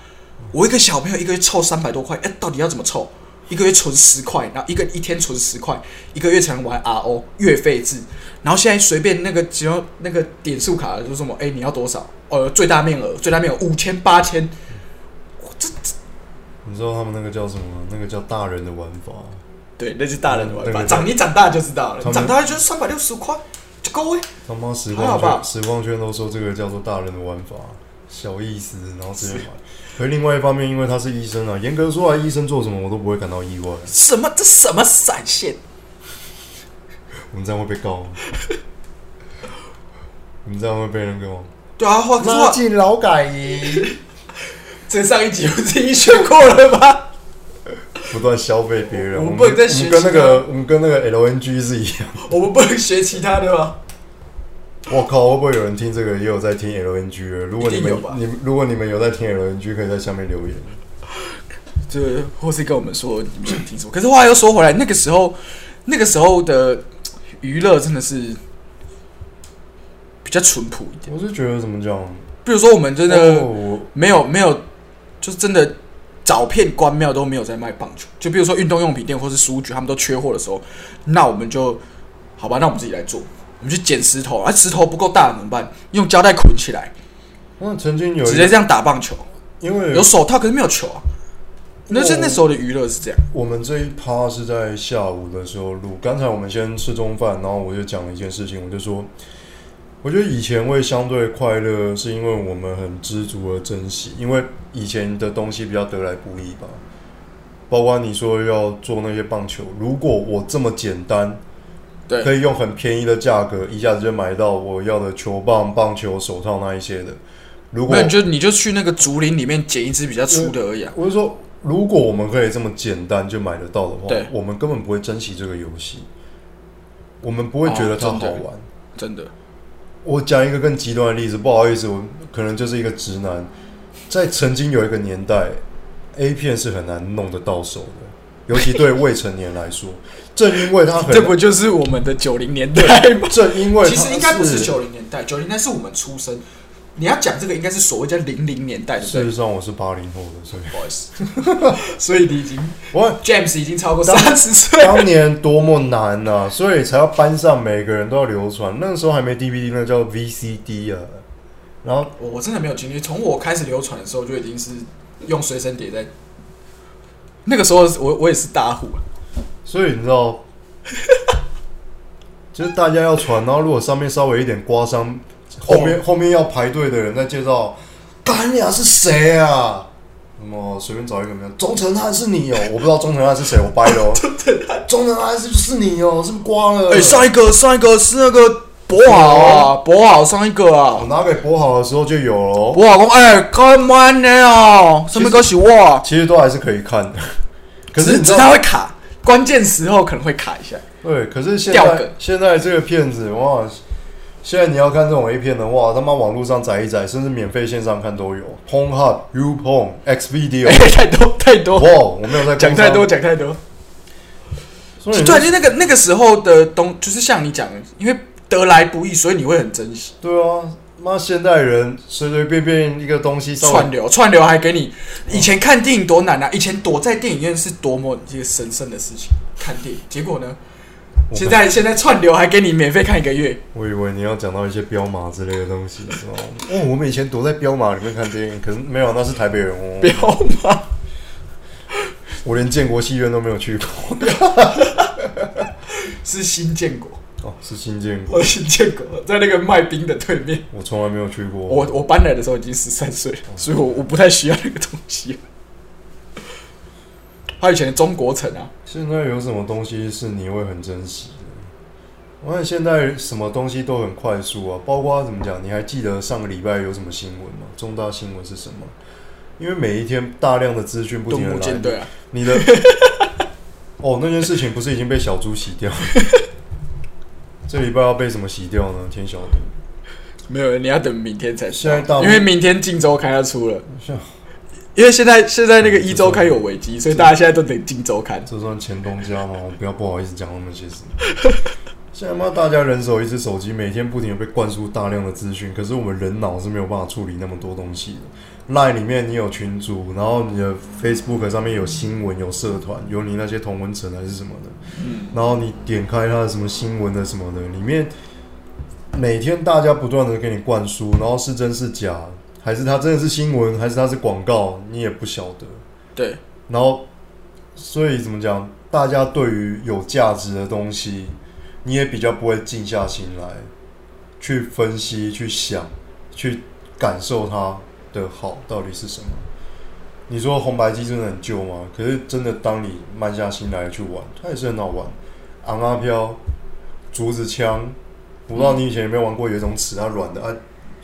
Speaker 2: 我一个小朋友一个月凑三百多块，哎、到底要怎么凑？一个月存十块，然后一个一天存十块，一个月才能玩 RO 月费制。然后现在随便那个只要那个点数卡就是什么，哎、你要多少？呃，最大面额，最大面额五千八千，我这这
Speaker 3: 你知道他们那个叫什么吗？那个叫大人的玩法。
Speaker 2: 对，那是大人的玩
Speaker 3: 嗯对
Speaker 2: 法。
Speaker 3: 对对
Speaker 2: 长你长大就知道了，
Speaker 3: 他
Speaker 2: 你
Speaker 3: 们
Speaker 2: 长大就是三百六十块就够哎、
Speaker 3: 他妈时
Speaker 2: 还好
Speaker 3: 光
Speaker 2: 吧
Speaker 3: 圈，时光圈都说这个叫做大人的玩法，小意思，然后直接买。可是另外一方面，因为他是医生啊，严格说来，医生做什么我都不会感到意外。
Speaker 2: 什么这什么闪现？
Speaker 3: 我们这样会被
Speaker 2: <laughs>
Speaker 3: 告吗？我们这样会被那个吗？
Speaker 2: 对啊，话可是
Speaker 3: 拉
Speaker 2: 话，
Speaker 3: 进劳改营，
Speaker 2: 这上一集我自己学过了吧？
Speaker 3: 不断消费别人。
Speaker 2: 我
Speaker 3: 我
Speaker 2: 们
Speaker 3: 们
Speaker 2: 不能再
Speaker 3: 我
Speaker 2: 学
Speaker 3: 们跟那
Speaker 2: 习他
Speaker 3: 个我们跟那个 LNG 是一样。
Speaker 2: <laughs>
Speaker 3: <laughs>
Speaker 2: 我们不能学其他的吗？
Speaker 3: 我靠，会不会有人听这个也有在听 LNG 的？如果你
Speaker 2: 一定
Speaker 3: 们
Speaker 2: 有吧
Speaker 3: 你们如果你们有在听 LNG，可以在下面留言。
Speaker 2: 对，或是跟我们说你们想听什么。可是话又说回来，那个时候，那个时候的娱乐真的是比较淳朴一点。
Speaker 3: 我是觉得怎么讲，
Speaker 2: 比如说，我们真的
Speaker 3: 哦我
Speaker 2: 没有没有，就是真的找遍关庙都没有在卖棒球。就比如说运动用品店或是书局，他们都缺货的时候，那我们就好吧，那我们自己来做。我们去捡石头，啊，石头不够大怎么办？用胶带捆起来，
Speaker 3: 那曾经有一
Speaker 2: 直接这样打棒球。
Speaker 3: 因为
Speaker 2: 有手套，可是没有球啊。那
Speaker 3: 哦
Speaker 2: 是那时候的娱乐是这样。
Speaker 3: 我们这一趴是在下午的时候录。刚才我们先吃中饭，然后我就讲了一件事情，我就说，我觉得以前会相对快乐，是因为我们很知足而珍惜，因为以前的东西比较得来不易吧。包括你说要做那些棒球，如果我这么简单，
Speaker 2: 对
Speaker 3: 可以用很便宜的价格一下子就买到我要的球棒、棒球手套那一些的。如果
Speaker 2: 没有，你就你就去那个竹林里面捡一只比较粗的而已啊。
Speaker 3: 我是说，如果我们可以这么简单就买得到的
Speaker 2: 对
Speaker 3: 话，我们根本不会珍惜这个游戏，我们不会觉得它
Speaker 2: 哦
Speaker 3: 好
Speaker 2: 真
Speaker 3: 玩
Speaker 2: 的。真的，
Speaker 3: 我讲一个更极端的例子，不好意思，我可能就是一个直男。在曾经有一个年代，A 片是很难弄得到手的，尤其对未成年来说。正因为它
Speaker 2: <laughs>
Speaker 3: 很
Speaker 2: 这不就是我们的九零年代吗？
Speaker 3: 正因为
Speaker 2: <laughs>
Speaker 3: 它
Speaker 2: 其实应该不是九零年代，九零年代是我们出生。你要讲这个，应该是所谓叫零零年代，对不
Speaker 3: 事实
Speaker 2: 对？
Speaker 3: 上我是八零后的，所以
Speaker 2: 不好意 <laughs> 思，所以你已经
Speaker 3: 我
Speaker 2: James 已经超过三十岁。
Speaker 3: 当年多么难呐、所以才要班上每个人都要流传。那个时候还没 DVD，那叫 VCD 啊。然后
Speaker 2: 我真的没有经历，从我开始流传的时候就已经是用随身碟在。 <laughs> 那个时候我我也是大户啊，
Speaker 3: 所以你知道， <laughs> 就是大家要传，然后如果上面稍微一点刮伤，后面、后面要排队的人在介绍，干呀是谁啊？什么随便找一个没有，钟成汉是你哦、我不知道钟成汉是谁，我掰了 <laughs> 哦、钟成汉是不是你哦、是不是刮了？
Speaker 2: 哎、上一个上一个是那个博好啊，博好上一个
Speaker 3: 我
Speaker 2: 啊，
Speaker 3: 拿给博好的时候就有了、哦，
Speaker 2: 博好讲哎，干嘛呢哦，什么歌是我？
Speaker 3: 其实都还是可以看的。可是你
Speaker 2: 只只
Speaker 3: 知道
Speaker 2: 是，它会卡，关键时候可能会卡一下。
Speaker 3: 对，可是现
Speaker 2: 掉
Speaker 3: 在
Speaker 2: 梗
Speaker 3: 现在这个片子哇，现在你要看这种 A 片的哇，他妈网络上载一载，甚至免费线上看都有，Pornhub、u p o n
Speaker 2: <laughs>
Speaker 3: Xvideo，
Speaker 2: 哎、太多太多，
Speaker 3: 哇，我没有在
Speaker 2: 讲
Speaker 3: 工商
Speaker 2: 太多，讲太多。
Speaker 3: 所以
Speaker 2: 对，
Speaker 3: 你
Speaker 2: 就那个那个时候的东，就是像你讲的，因为得来不易，所以你会很珍惜。
Speaker 3: 对啊，妈现代人随随便便一个东西稍
Speaker 2: 串
Speaker 3: 微，
Speaker 2: 流，串流还给你。以前看电影多难啊！以前躲在电影院是多么一个神圣的事情，看电影。结果呢，
Speaker 3: 我
Speaker 2: 现在现在串流还给你免费看一个月，
Speaker 3: 我以为你要讲到一些彪马之类的东西，是吗？哦，我们以前躲在彪马里面看电影，可是没有，那是台北人哦。
Speaker 2: 不要吗？
Speaker 3: 我连建国戏院都没有去过。
Speaker 2: 是新建国，
Speaker 3: 哦，是新建国，
Speaker 2: 我新建国在那个卖冰的对面。
Speaker 3: 我从来没有去过。
Speaker 2: 我我搬来的时候已经十三岁了，所以我我不太需要那个东西了。还有以前的中国城啊，
Speaker 3: 现在有什么东西是你会很珍惜的？我看现在什么东西都很快速啊，包括怎么讲？你还记得上个礼拜有什么新闻吗？重大新闻是什么？因为每一天大量的资讯不
Speaker 2: 独
Speaker 3: 停
Speaker 2: 木
Speaker 3: 的来
Speaker 2: 舰，队啊，<laughs>
Speaker 3: 你的哦，那件事情不是已经被小猪洗掉了？这礼拜要被什么洗掉呢？天晓得。
Speaker 2: 没有，你要等明天才知
Speaker 3: 现在
Speaker 2: 道，
Speaker 3: 到
Speaker 2: 因为明天《晋周刊》要出了，
Speaker 3: 像
Speaker 2: 因为现在现在那个《一周刊》有危机，所以大家现在都等《晋周刊》。
Speaker 3: 这算前东家吗？我不要不好意思讲那么些事。现在嘛，大家人手一只手机，每天不停的被灌输大量的资讯，可是我们人脑是没有办法处理那么多东西的。Line 里面你有群组，然后你的 Facebook 上面有新闻、有社团、有你那些同文层还是什么的，然后你点开它的什么新闻的什么的，里面每天大家不断的给你灌输，然后是真是假，还是它真的是新闻，还是它是广告，你也不晓得。
Speaker 2: 对，
Speaker 3: 然后，所以怎么讲？大家对于有价值的东西，你也比较不会静下心来去分析、去想、去感受它的好到底是什么。你说红白机真的很旧吗？可是真的，当你慢下心来去玩，它也是很好玩。昂阿飘、竹子枪，我不知道你以前有没有玩过，有一种尺，它软的啊，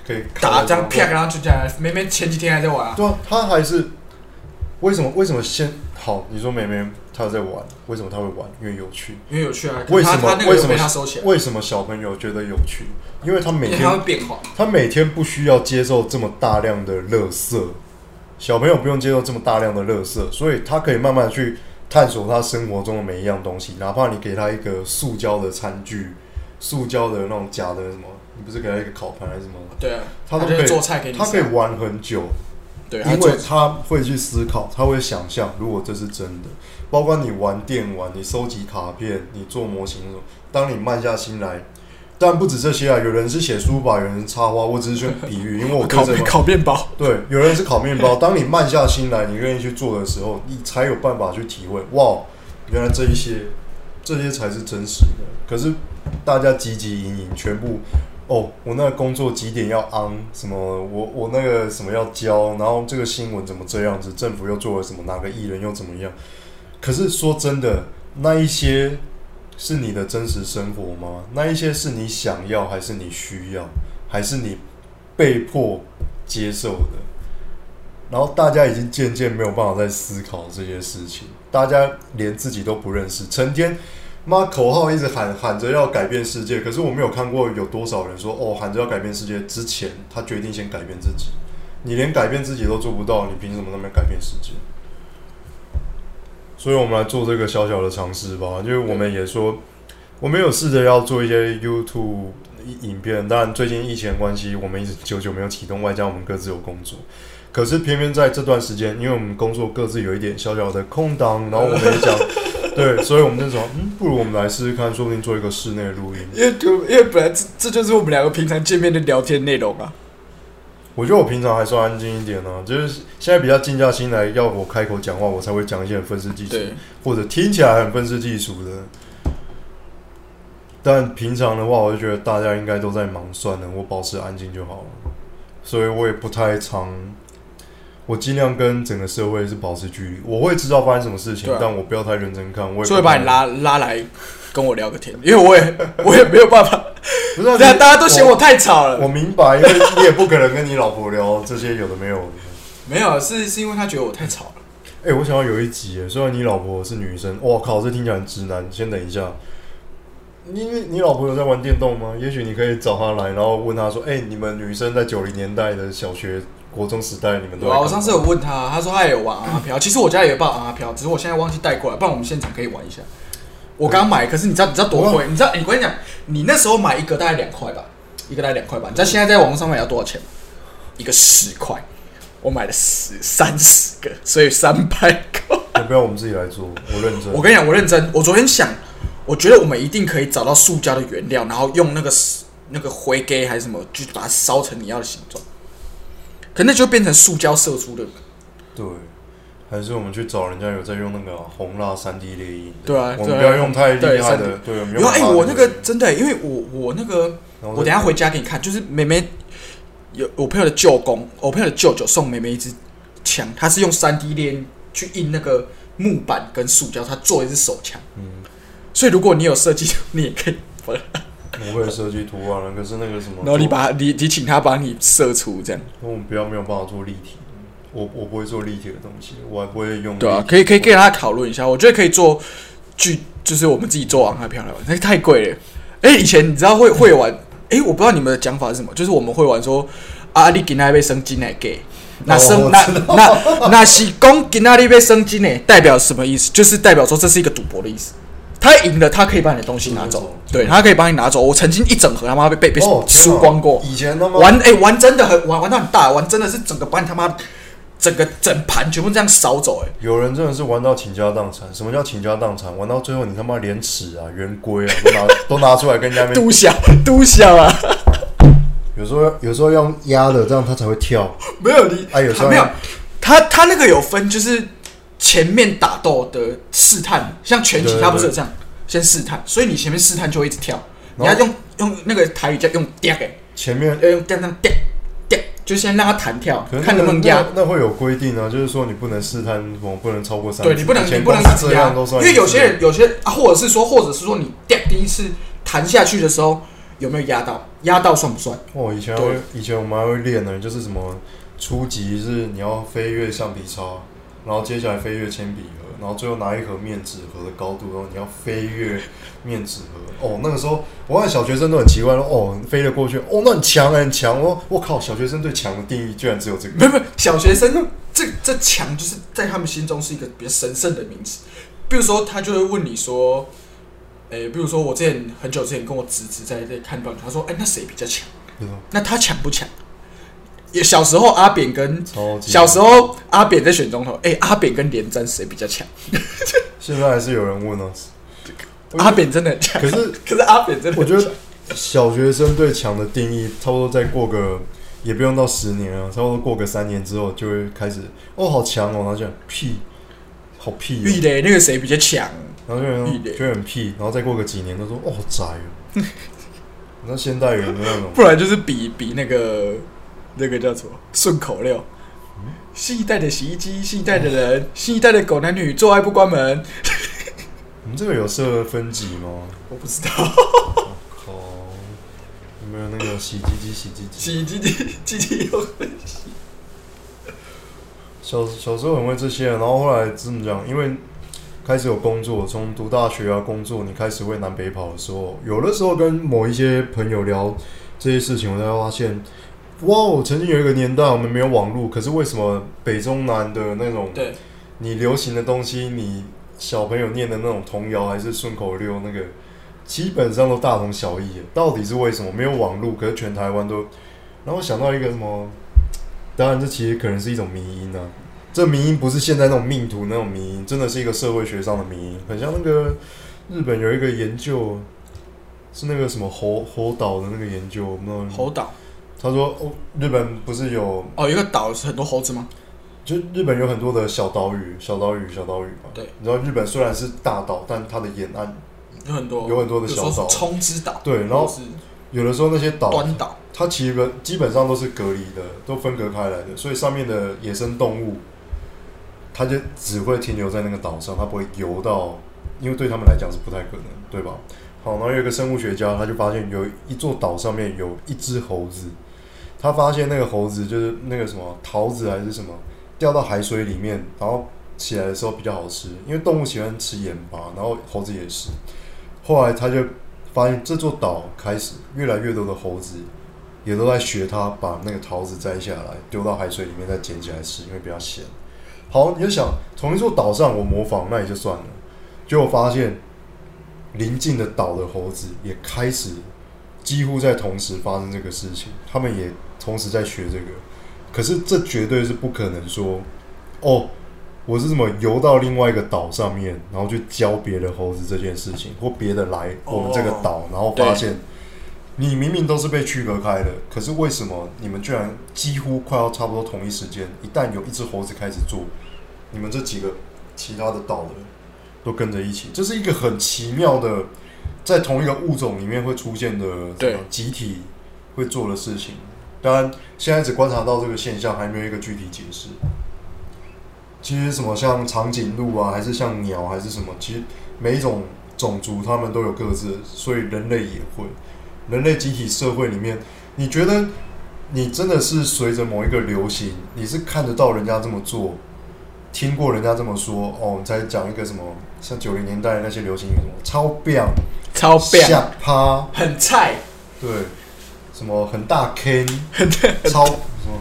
Speaker 3: 可以
Speaker 2: 打这样
Speaker 3: 片。
Speaker 2: 啪，然后就这样，明明前几天还在玩啊，
Speaker 3: 对啊，他还是为什么？为什么先好？你说妹妹她在玩，为什么她会玩？因为有趣。
Speaker 2: 因为有趣啊。
Speaker 3: 为什
Speaker 2: 他
Speaker 3: 么
Speaker 2: 他那？个
Speaker 3: 为
Speaker 2: 有
Speaker 3: 什
Speaker 2: 被他收
Speaker 3: 么
Speaker 2: 起？来，
Speaker 3: 为什么小朋友觉得有趣？因为他每
Speaker 2: 因为他
Speaker 3: 天
Speaker 2: 会变化。
Speaker 3: 他每天不需要接受这么大量的垃圾，小朋友不用接受这么大量的垃圾，所以他可以慢慢地去探索他生活中的每一样东西。哪怕你给他一个塑胶的餐具，塑胶的那种假的什么，你不是给他一个烤盘还是什么？
Speaker 2: 对啊，
Speaker 3: 他都
Speaker 2: 就
Speaker 3: 可
Speaker 2: 是
Speaker 3: 以
Speaker 2: 做菜给你
Speaker 3: 他可以
Speaker 2: 吃啊，
Speaker 3: 玩很久。
Speaker 2: 对，他
Speaker 3: 因
Speaker 2: 做
Speaker 3: 为他会去思考，他会想象，如果这是真的，包括你玩电玩，你收集卡片，你做模型什么，当你慢下心来，但不止这些啊，有人是写书法，有人是插花，我只是去比喻，因为我对
Speaker 2: 烤 <laughs>
Speaker 3: 这个
Speaker 2: 烤面包。
Speaker 3: 对，有人是烤面包，当你慢下心来，你愿意去做的时候，你才有办法去体会，哇，哦原来这一些，这些才是真实的。可是大家汲汲营营，全部哦，我那个工作几点要 on 什么，我我那个什么要交，然后这个新闻怎么这样子，政府又做了什么，哪个艺人又怎么样。可是说真的，那一些是你的真实生活吗？那一些是你想要，还是你需要，还是你被迫接受的？然后大家已经渐渐没有办法再思考这些事情，大家连自己都不认识，成天妈口号一直喊喊着要改变世界，可是我没有看过有多少人说哦喊着要改变世界之前，他决定先改变自己。你连改变自己都做不到，你凭什么那边改变世界？所以我们来做这个小小的尝试吧，因为我们也说，我们有试着要做一些 YouTube 影片，当然最近疫情的关系，我们一直久久没有启动，外加我们各自有工作。可是偏偏在这段时间，因为我们工作各自有一点小小的空档，然后我们也想，对，所以我们就说，嗯，不如我们来试试看，说不定做一个室内录音。
Speaker 2: 因为就因为本来这这就是我们两个平常见面的聊天内容啊。
Speaker 3: 我觉得我平常还算安静一点呢、就是现在比较静下心来，要我开口讲话，我才会讲一些很愤世嫉俗，
Speaker 2: 对，
Speaker 3: 或者听起来很愤世嫉俗的。但平常的话，我就觉得大家应该都在忙，算了，我保持安静就好了。所以我也不太常，我尽量跟整个社会是保持距离。我会知道发生什么事情，
Speaker 2: 对啊
Speaker 3: 但我不要太认真看。我也
Speaker 2: 所以
Speaker 3: 不
Speaker 2: 把
Speaker 3: 太
Speaker 2: 你，拉拉来跟我聊个天，因为我也 <laughs> 我也没有办法，
Speaker 3: 不是啊、
Speaker 2: 对啊，大家都嫌我
Speaker 3: 我
Speaker 2: 太吵了。
Speaker 3: 我 <laughs> 明白，因为你也不可能跟你老婆聊这些有的没有的。
Speaker 2: 没有，是是因为他觉得我太吵了。
Speaker 3: 哎、我想要有一集耶，虽然你老婆是女生，我靠，这听起来很直男。先等一下，你你你老婆有在玩电动吗？也许你可以找她来，然后问她说：“哎、你们女生在九零年代的小学、国中时代，你们都
Speaker 2: 对
Speaker 3: 在干嘛……”
Speaker 2: 啊，我上次有问他，他说他也有玩阿飘，其实我家也有报阿飘，只是我现在忘记带过来，不然我们现场可以玩一下。我刚买，可是你知道你知道多贵？你知道？你我跟你讲，你那时候买一个大概两块吧，一个大概两块吧。你知道现在在网络上买要多少钱吗？一个十块，我买了十三十个，所以三百块。
Speaker 3: 要不要我们自己来做？我认
Speaker 2: <laughs>
Speaker 3: 真。
Speaker 2: 我跟你讲，我认真，我昨天想，我觉得我们一定可以找到塑胶的原料，然后用那个 s- 那个灰给还是什么，就把它烧成你要的形状。可那就变成塑胶射出的，
Speaker 3: 对，还是我们去找人家有在用那个啊红蜡三 D 列印的。
Speaker 2: 对啊
Speaker 3: 我
Speaker 2: 对
Speaker 3: 们
Speaker 2: 啊
Speaker 3: 不要用太厉害
Speaker 2: 对
Speaker 3: 的。对，我们
Speaker 2: 有啊哎、
Speaker 3: 用
Speaker 2: 我
Speaker 3: 蜡
Speaker 2: 那
Speaker 3: 的
Speaker 2: 个真的、因为我我那个，
Speaker 3: 然后
Speaker 2: 我
Speaker 3: 再
Speaker 2: 等一下回家给你看，就是妹妹有我朋友的舅公，我朋友的舅舅送妹妹一支枪，他是用三 D 链去印那个木板跟塑胶，他做一支手枪。
Speaker 3: 嗯
Speaker 2: 所以如果你有设计， <laughs> 你也可以把它，
Speaker 3: 我会设计图案了，可是那个什么，
Speaker 2: 然后你把它 <laughs> 你你请他帮你射出这样。
Speaker 3: 那我们不要没有办法做立体，我我不会做立体的东西，我还不会用。
Speaker 2: 对啊，可以可以给。他讨论一下，我觉得可以做剧，就是我们自己做网拍漂亮吧，那个太贵了。哎、以前你知道
Speaker 3: 嗯
Speaker 2: 会会玩，哎、我不知道你们的讲法是什么，就是我们会玩说啊，你今仔被生金来给。那
Speaker 3: 哦
Speaker 2: 生
Speaker 3: 我
Speaker 2: 那那那是公给那里被生金呢，代表什么意思？就是代表说这是一个赌博的意思。他赢了，他可以把你的东西拿走，对他可以帮你拿走。我曾经一整盒他妈被被被
Speaker 3: 哦，天啊
Speaker 2: 输光过，
Speaker 3: 以前他妈
Speaker 2: 玩哎、玩真的很玩玩到很大，玩真的是整个把你他妈整个整盘全部这样扫走哎、
Speaker 3: 有人真的是玩到倾家荡产。什么叫倾家荡产？玩到最后你他妈连尺啊、圆规啊都拿 <laughs> 都拿出来跟人家面。
Speaker 2: 嘟小嘟小啊，
Speaker 3: 有时候有时候要压的，这样他才会跳。
Speaker 2: 没有你
Speaker 3: 啊有时候
Speaker 2: 没有他他那个有分，就是前面打斗的试探，像拳击
Speaker 3: 对
Speaker 2: 他不是有这样先试探，所以你前面试探就会一直跳，你
Speaker 3: 然
Speaker 2: 要
Speaker 3: 后
Speaker 2: 用用那个台语叫用嗲给，
Speaker 3: 前面
Speaker 2: 要用嗲那嗲嗲，就先让他弹跳
Speaker 3: 可，是
Speaker 2: 看能不能
Speaker 3: 那
Speaker 2: 压。
Speaker 3: 那会有规定啊，就是说你不能试探，我不能超过三次。
Speaker 2: 对你不能
Speaker 3: 以
Speaker 2: 你
Speaker 3: 前
Speaker 2: 不能
Speaker 3: 光是
Speaker 2: 直
Speaker 3: 这
Speaker 2: 压
Speaker 3: 样都，
Speaker 2: 因
Speaker 3: 算。
Speaker 2: 为有些人有些啊，或者是说或者是说你嗲第一次弹下去的时候有没有压到，压到算不算？
Speaker 3: 哦，以前还会以前我们还会练呢，就是什么初级是你要飞跃橡皮擦，然后接下来飞跃铅笔盒，然后最后拿一盒面纸盒的高度，然后你要飞跃面纸盒。哦，那个时候我看小学生都很奇怪，说哦飞了过去，哦那很强很强，我我靠，小学生对强的定义居然只有这个。
Speaker 2: 没有没有，小学生这这强就是在他们心中是一个比较神圣的名词。比如说，他就会问你说，诶、比如说我之前很久之前跟我侄子在在看棒球，他说，哎、那谁比较强？
Speaker 3: 对啊
Speaker 2: 那他强不强？也小时候阿扁跟
Speaker 3: 超级
Speaker 2: 小时候阿扁在选总统，哎、阿扁跟连战谁比较强？
Speaker 3: 现在还是有人问啊，
Speaker 2: 阿扁真的很强，
Speaker 3: 可是
Speaker 2: 可是阿扁真的
Speaker 3: <laughs> 我
Speaker 2: 很
Speaker 3: 觉
Speaker 2: 强，
Speaker 3: 得小学生对强的定义，差不多再过个也不用到十年啊，差不多过个三年之后就会开始哦，好强哦，然后就很屁，好屁、
Speaker 2: 玉
Speaker 3: 哦，
Speaker 2: 雷那个谁比较强？
Speaker 3: 然后就
Speaker 2: 一
Speaker 3: 很
Speaker 2: 脸
Speaker 3: 就很屁，然后再过个几年，他说哦，好宅哦。那现代人的那种
Speaker 2: 不然就是比比那个那个叫什么顺口溜。新一代的洗衣机，新一代的人，新一代的狗男女做爱不关门，
Speaker 3: 我们这个有设分级吗？
Speaker 2: 我不知道。 <laughs>
Speaker 3: 靠，有没有那个洗鸡机、洗鸡机？
Speaker 2: 洗衣机机机器有分析，
Speaker 3: 小小时候很会这些，然后后来怎么讲？因为开始有工作，从读大学啊工作，你开始会南北跑的时候，有的时候跟某一些朋友聊这些事情，我才发现，哇哦，曾经有一个年代我们没有网络，可是为什么北中南的那种
Speaker 2: 对，
Speaker 3: 你流行的东西，你小朋友念的那种童谣还是顺口溜，那个基本上都大同小异耶。到底是为什么没有网络？可是全台湾都……然后我想到一个什么，当然这其实可能是一种迷因啊。这迷因不是现在那种命途那种迷因，真的是一个社会学上的迷因，很像那个日本有一个研究，是那个什么猴猴岛的那个研究，我不知道你
Speaker 2: 猴岛
Speaker 3: 他说哦，日本不是有
Speaker 2: 哦，有一个岛是很多猴子吗？
Speaker 3: 就日本有很多的小岛屿，小岛屿，小岛屿嘛。
Speaker 2: 对，
Speaker 3: 你知道日本虽然是大岛，但它的沿岸
Speaker 2: 有很多，
Speaker 3: 有很多的小岛
Speaker 2: 有时候是冲之岛，
Speaker 3: 对，然
Speaker 2: 或
Speaker 3: 后
Speaker 2: 者是
Speaker 3: 有的时候那些岛，
Speaker 2: 端岛，
Speaker 3: 它其实基本上都是隔离的，都分隔开来的，所以上面的野生动物，它就只会停留在那个岛上，它不会游到，因为对他们来讲是不太可能，对吧？好，然后有一个生物学家，他就发现有一座岛上面有一只猴子，他发现那个猴子就是那个什么桃子还是什么掉到海水里面，然后起来的时候比较好吃，因为动物喜欢吃盐巴，然后猴子也是。后来他就发现这座岛开始越来越多的猴子也都在学他把那个桃子摘下来丢到海水里面再捡起来吃，因为比较咸。好，你就想同一座岛上我模仿那也就算了，结果发现邻近的岛的猴子也开始几乎在同时发生这个事情，他们也同时在学这个。可是这绝对是不可能说，哦，我是什么游到另外一个岛上面，然后去教别的猴子这件事情，或别的来
Speaker 4: 哦
Speaker 3: 我们这个岛，然后发现你明明都是被区隔开的，可是为什么你们居然几乎快要差不多同一时间，一旦有一只猴子开始做，你们这几个其他的岛的人都跟着一起，这是一个很奇妙的，在同一个物种里面会出现的什
Speaker 2: 对
Speaker 3: 么集体会做的事情。当然，现在只观察到这个现象，还没有一个具体解释。其实什么像长颈鹿啊，还是像鸟，还是什么，其实每一种种族他们都有各自，所以人类也会。人类集体社会里面，你觉得你真的是随着某一个流行，你是看得到人家这么做，听过人家这么说哦，你才讲一个什么，像九零年代那些流行语什么超棒、
Speaker 2: 超棒，
Speaker 3: 下趴，
Speaker 2: 很菜，
Speaker 3: 对，什么很大
Speaker 2: <laughs>
Speaker 3: K，超什么，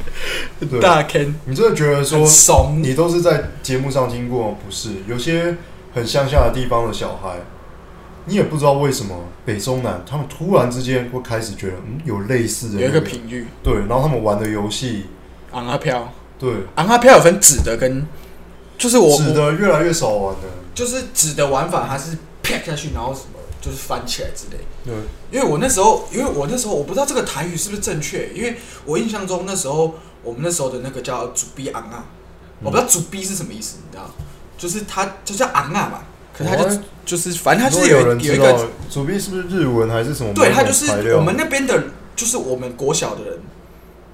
Speaker 3: 对，
Speaker 2: 大坑，
Speaker 3: 你真的觉得说
Speaker 2: 很怂，
Speaker 3: 你都是在节目上听过吗？不是，有些很乡下的地方的小孩，你也不知道为什么北中南他们突然之间会开始觉得，嗯，有类似的
Speaker 2: 有一个
Speaker 3: 那
Speaker 2: 频率，
Speaker 3: 对，然后他们玩的游戏，
Speaker 2: 昂阿飘，
Speaker 3: 对，
Speaker 2: 昂阿飘有分纸的跟，就是我
Speaker 3: 指
Speaker 2: 我
Speaker 3: 的越来越少玩的，
Speaker 2: 就是纸的玩法，它是啪下去，然后什么就是翻起来之类的。
Speaker 3: 对，
Speaker 2: 因为我那时候，因为我那时候我不知道这个台语是不是正确，因为我印象中那时候我们那时候的那个叫“主逼昂啊”，我不知道“主逼”是什么意思，你知道？就是它就叫昂啊嘛，可是它就、
Speaker 3: 哦
Speaker 2: 就是反正它就是
Speaker 3: 如果
Speaker 2: 有
Speaker 3: 有人
Speaker 2: 一有一
Speaker 3: 知道
Speaker 2: 个，
Speaker 3: 主币是不是日文还是什么某种
Speaker 2: 对，
Speaker 3: 材料？
Speaker 2: 它就是我们那边的，就是我们国小的人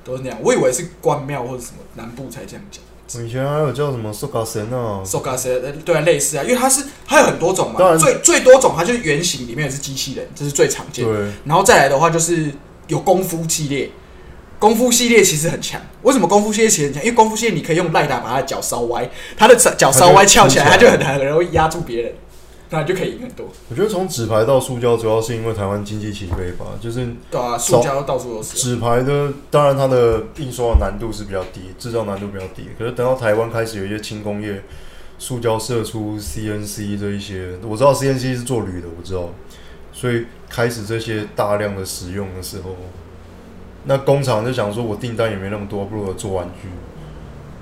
Speaker 2: 都是那样，我以为是关庙或者什么南部才这样讲。
Speaker 3: 以前还有叫什么苏卡神啊，
Speaker 2: s o g a s 对啊，类似啊，因为它是它有很多种
Speaker 3: 当
Speaker 2: 嘛，
Speaker 3: 然
Speaker 2: 最最多种它就是原型里面也是机器人，这是最常见的。
Speaker 3: 对，
Speaker 2: 然后再来的话就是有功夫系列，功夫系列其实很强。为什么功夫系列其实很强？因为功夫系列你可以用赖打把他的脚稍歪，他的脚稍歪翘起来，他就很很容易压住别人，那你就可以赢很多。
Speaker 3: 我觉得从纸牌到塑胶，主要是因为台湾经济起飞吧，就是
Speaker 2: 对啊，塑胶到处都是啊。
Speaker 3: 纸牌的，当然它的印刷难度是比较低，制造难度比较低。可是等到台湾开始有一些轻工业，塑胶射出 CNC 这一些，我知道 CNC 是做铝的，我知道，所以开始这些大量的使用的时候，那工厂就想说，我订单也没那么多，不如我做玩具，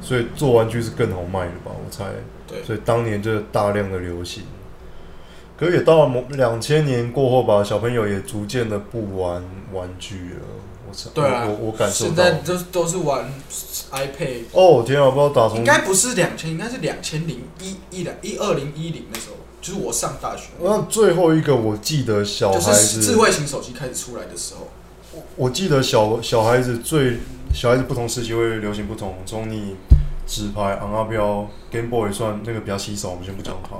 Speaker 3: 所以做玩具是更好卖的吧，我猜。
Speaker 2: 对
Speaker 3: 所以当年就是大量的流行。可是也到了某两千年过后吧，小朋友也逐渐的不玩玩具了。我操，
Speaker 2: 对啊，
Speaker 3: 我我感受
Speaker 2: 现
Speaker 3: 到。
Speaker 2: 在都都是玩 iPad，
Speaker 3: 哦天啊，不知道打从
Speaker 2: 应该不是两千，应该是两千零一一两一二零一零那时候，就是我上大学，
Speaker 3: 那最后一个我记得小
Speaker 2: 就
Speaker 3: 孩
Speaker 2: 是
Speaker 3: 子，
Speaker 2: 智慧型手机开始出来的时候。
Speaker 3: 我记得小小孩子最小孩子不同时期会流行不同，从你纸牌、昂阿标、Game Boy 算那个比较稀少，我们先不讲它。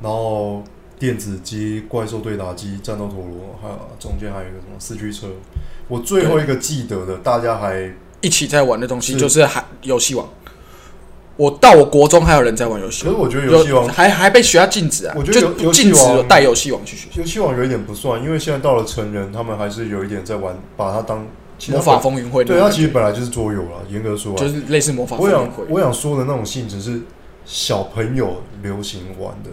Speaker 3: 然后电子机、怪兽对打机、战斗陀螺，还有中间还有一个什么四驱车。我最后一个记得的，大家还
Speaker 2: 一起在玩的东西
Speaker 3: 是
Speaker 2: 就是还游戏王。我到我国中还有人在玩游戏
Speaker 3: 可是
Speaker 2: 王，
Speaker 3: 我觉得游戏王
Speaker 2: 有还还被学校禁止啊，
Speaker 3: 我觉得游
Speaker 2: 就
Speaker 3: 游戏
Speaker 2: 禁止
Speaker 3: 王
Speaker 2: 有带游戏王去学校。
Speaker 3: 游戏王有一点不算，因为现在到了成人，他们还是有一点在玩，把它当其实
Speaker 2: 魔
Speaker 3: 它
Speaker 2: 法
Speaker 3: 本
Speaker 2: 风云会那种
Speaker 3: 对，它
Speaker 2: 感
Speaker 3: 其实本来就是桌游了，严格说
Speaker 2: 觉
Speaker 3: 来
Speaker 2: 就是类似魔法风
Speaker 3: 我
Speaker 2: 云
Speaker 3: 想
Speaker 2: 会，
Speaker 3: 我想说的那种性质是小朋友流行玩的。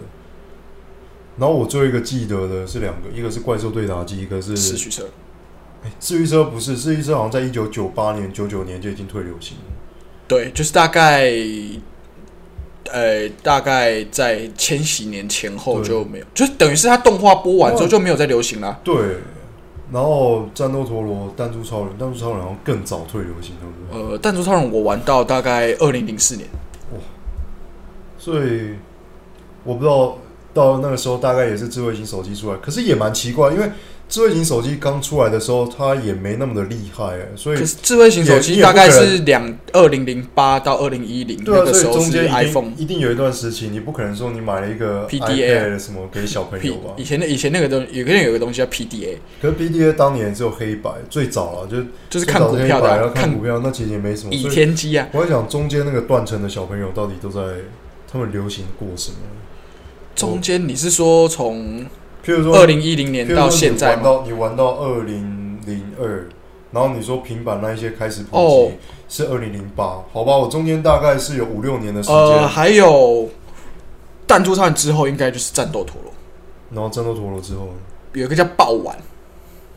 Speaker 3: 然后我最后一个记得的是两个，一个是怪兽对打机，一个是
Speaker 2: 四驱车。
Speaker 3: 诶治愈车，不是治愈车，好像在一九九八年、九九年就已经退流行了。
Speaker 2: 对，就是大概，呃，大概在千禧年前后
Speaker 3: 对哦
Speaker 2: 就没有，就是等于是它动画播完之后就没有再流行了。
Speaker 3: 对，然后战斗陀螺、弹珠超人、弹珠超人好像更早退流行，对不对？
Speaker 2: 呃，弹珠超人我玩到大概二零零四年，
Speaker 3: 所以我不知道到那个时候大概也是智慧型手机出来，可是也蛮奇怪，因为智慧型手机刚出来的时候，它也没那么的厉害、诶所以
Speaker 2: 可是智慧型手
Speaker 3: 也
Speaker 2: 机
Speaker 3: 也不
Speaker 2: 大概
Speaker 3: 可能
Speaker 2: 是两二零零八到二零一零
Speaker 3: 对
Speaker 2: 那
Speaker 3: 啊，
Speaker 2: 个
Speaker 3: 所以
Speaker 2: 时候
Speaker 3: 中
Speaker 2: 是
Speaker 3: 间一
Speaker 2: iPhone
Speaker 3: 定一定有一段时期，你不可能说你买了一个
Speaker 2: PDA
Speaker 3: iPad 什么给小朋
Speaker 2: P
Speaker 3: 友吧哦
Speaker 2: 以？前的以前那个东有个人有个东西叫 PDA，
Speaker 3: 可是 PDA 当年只有黑白，最早了就
Speaker 2: 就是看股票
Speaker 3: 最早是黑白然
Speaker 2: 的
Speaker 3: 后
Speaker 2: 啊，
Speaker 3: 看
Speaker 2: 看
Speaker 3: 股票，那其实也没什么。
Speaker 2: 倚
Speaker 3: 所以
Speaker 2: 天机啊，
Speaker 3: 我在想，中间那个断层的小朋友到底都在他们流行过什么？
Speaker 2: 中间你是说从
Speaker 3: 譬如说，
Speaker 2: 二零一零年
Speaker 3: 譬如说
Speaker 2: 到
Speaker 3: 你
Speaker 2: 现在
Speaker 3: 玩
Speaker 2: 吗？
Speaker 3: 到你玩到二零零二，然后你说平板那一些开始普及、
Speaker 2: 哦
Speaker 3: 是二零零八，好吧，我中间大概是有五六年的时间，
Speaker 2: 呃，还有弹珠上之后应该就是战斗陀螺，
Speaker 3: 然后战斗陀螺之后
Speaker 2: 有一个叫爆丸，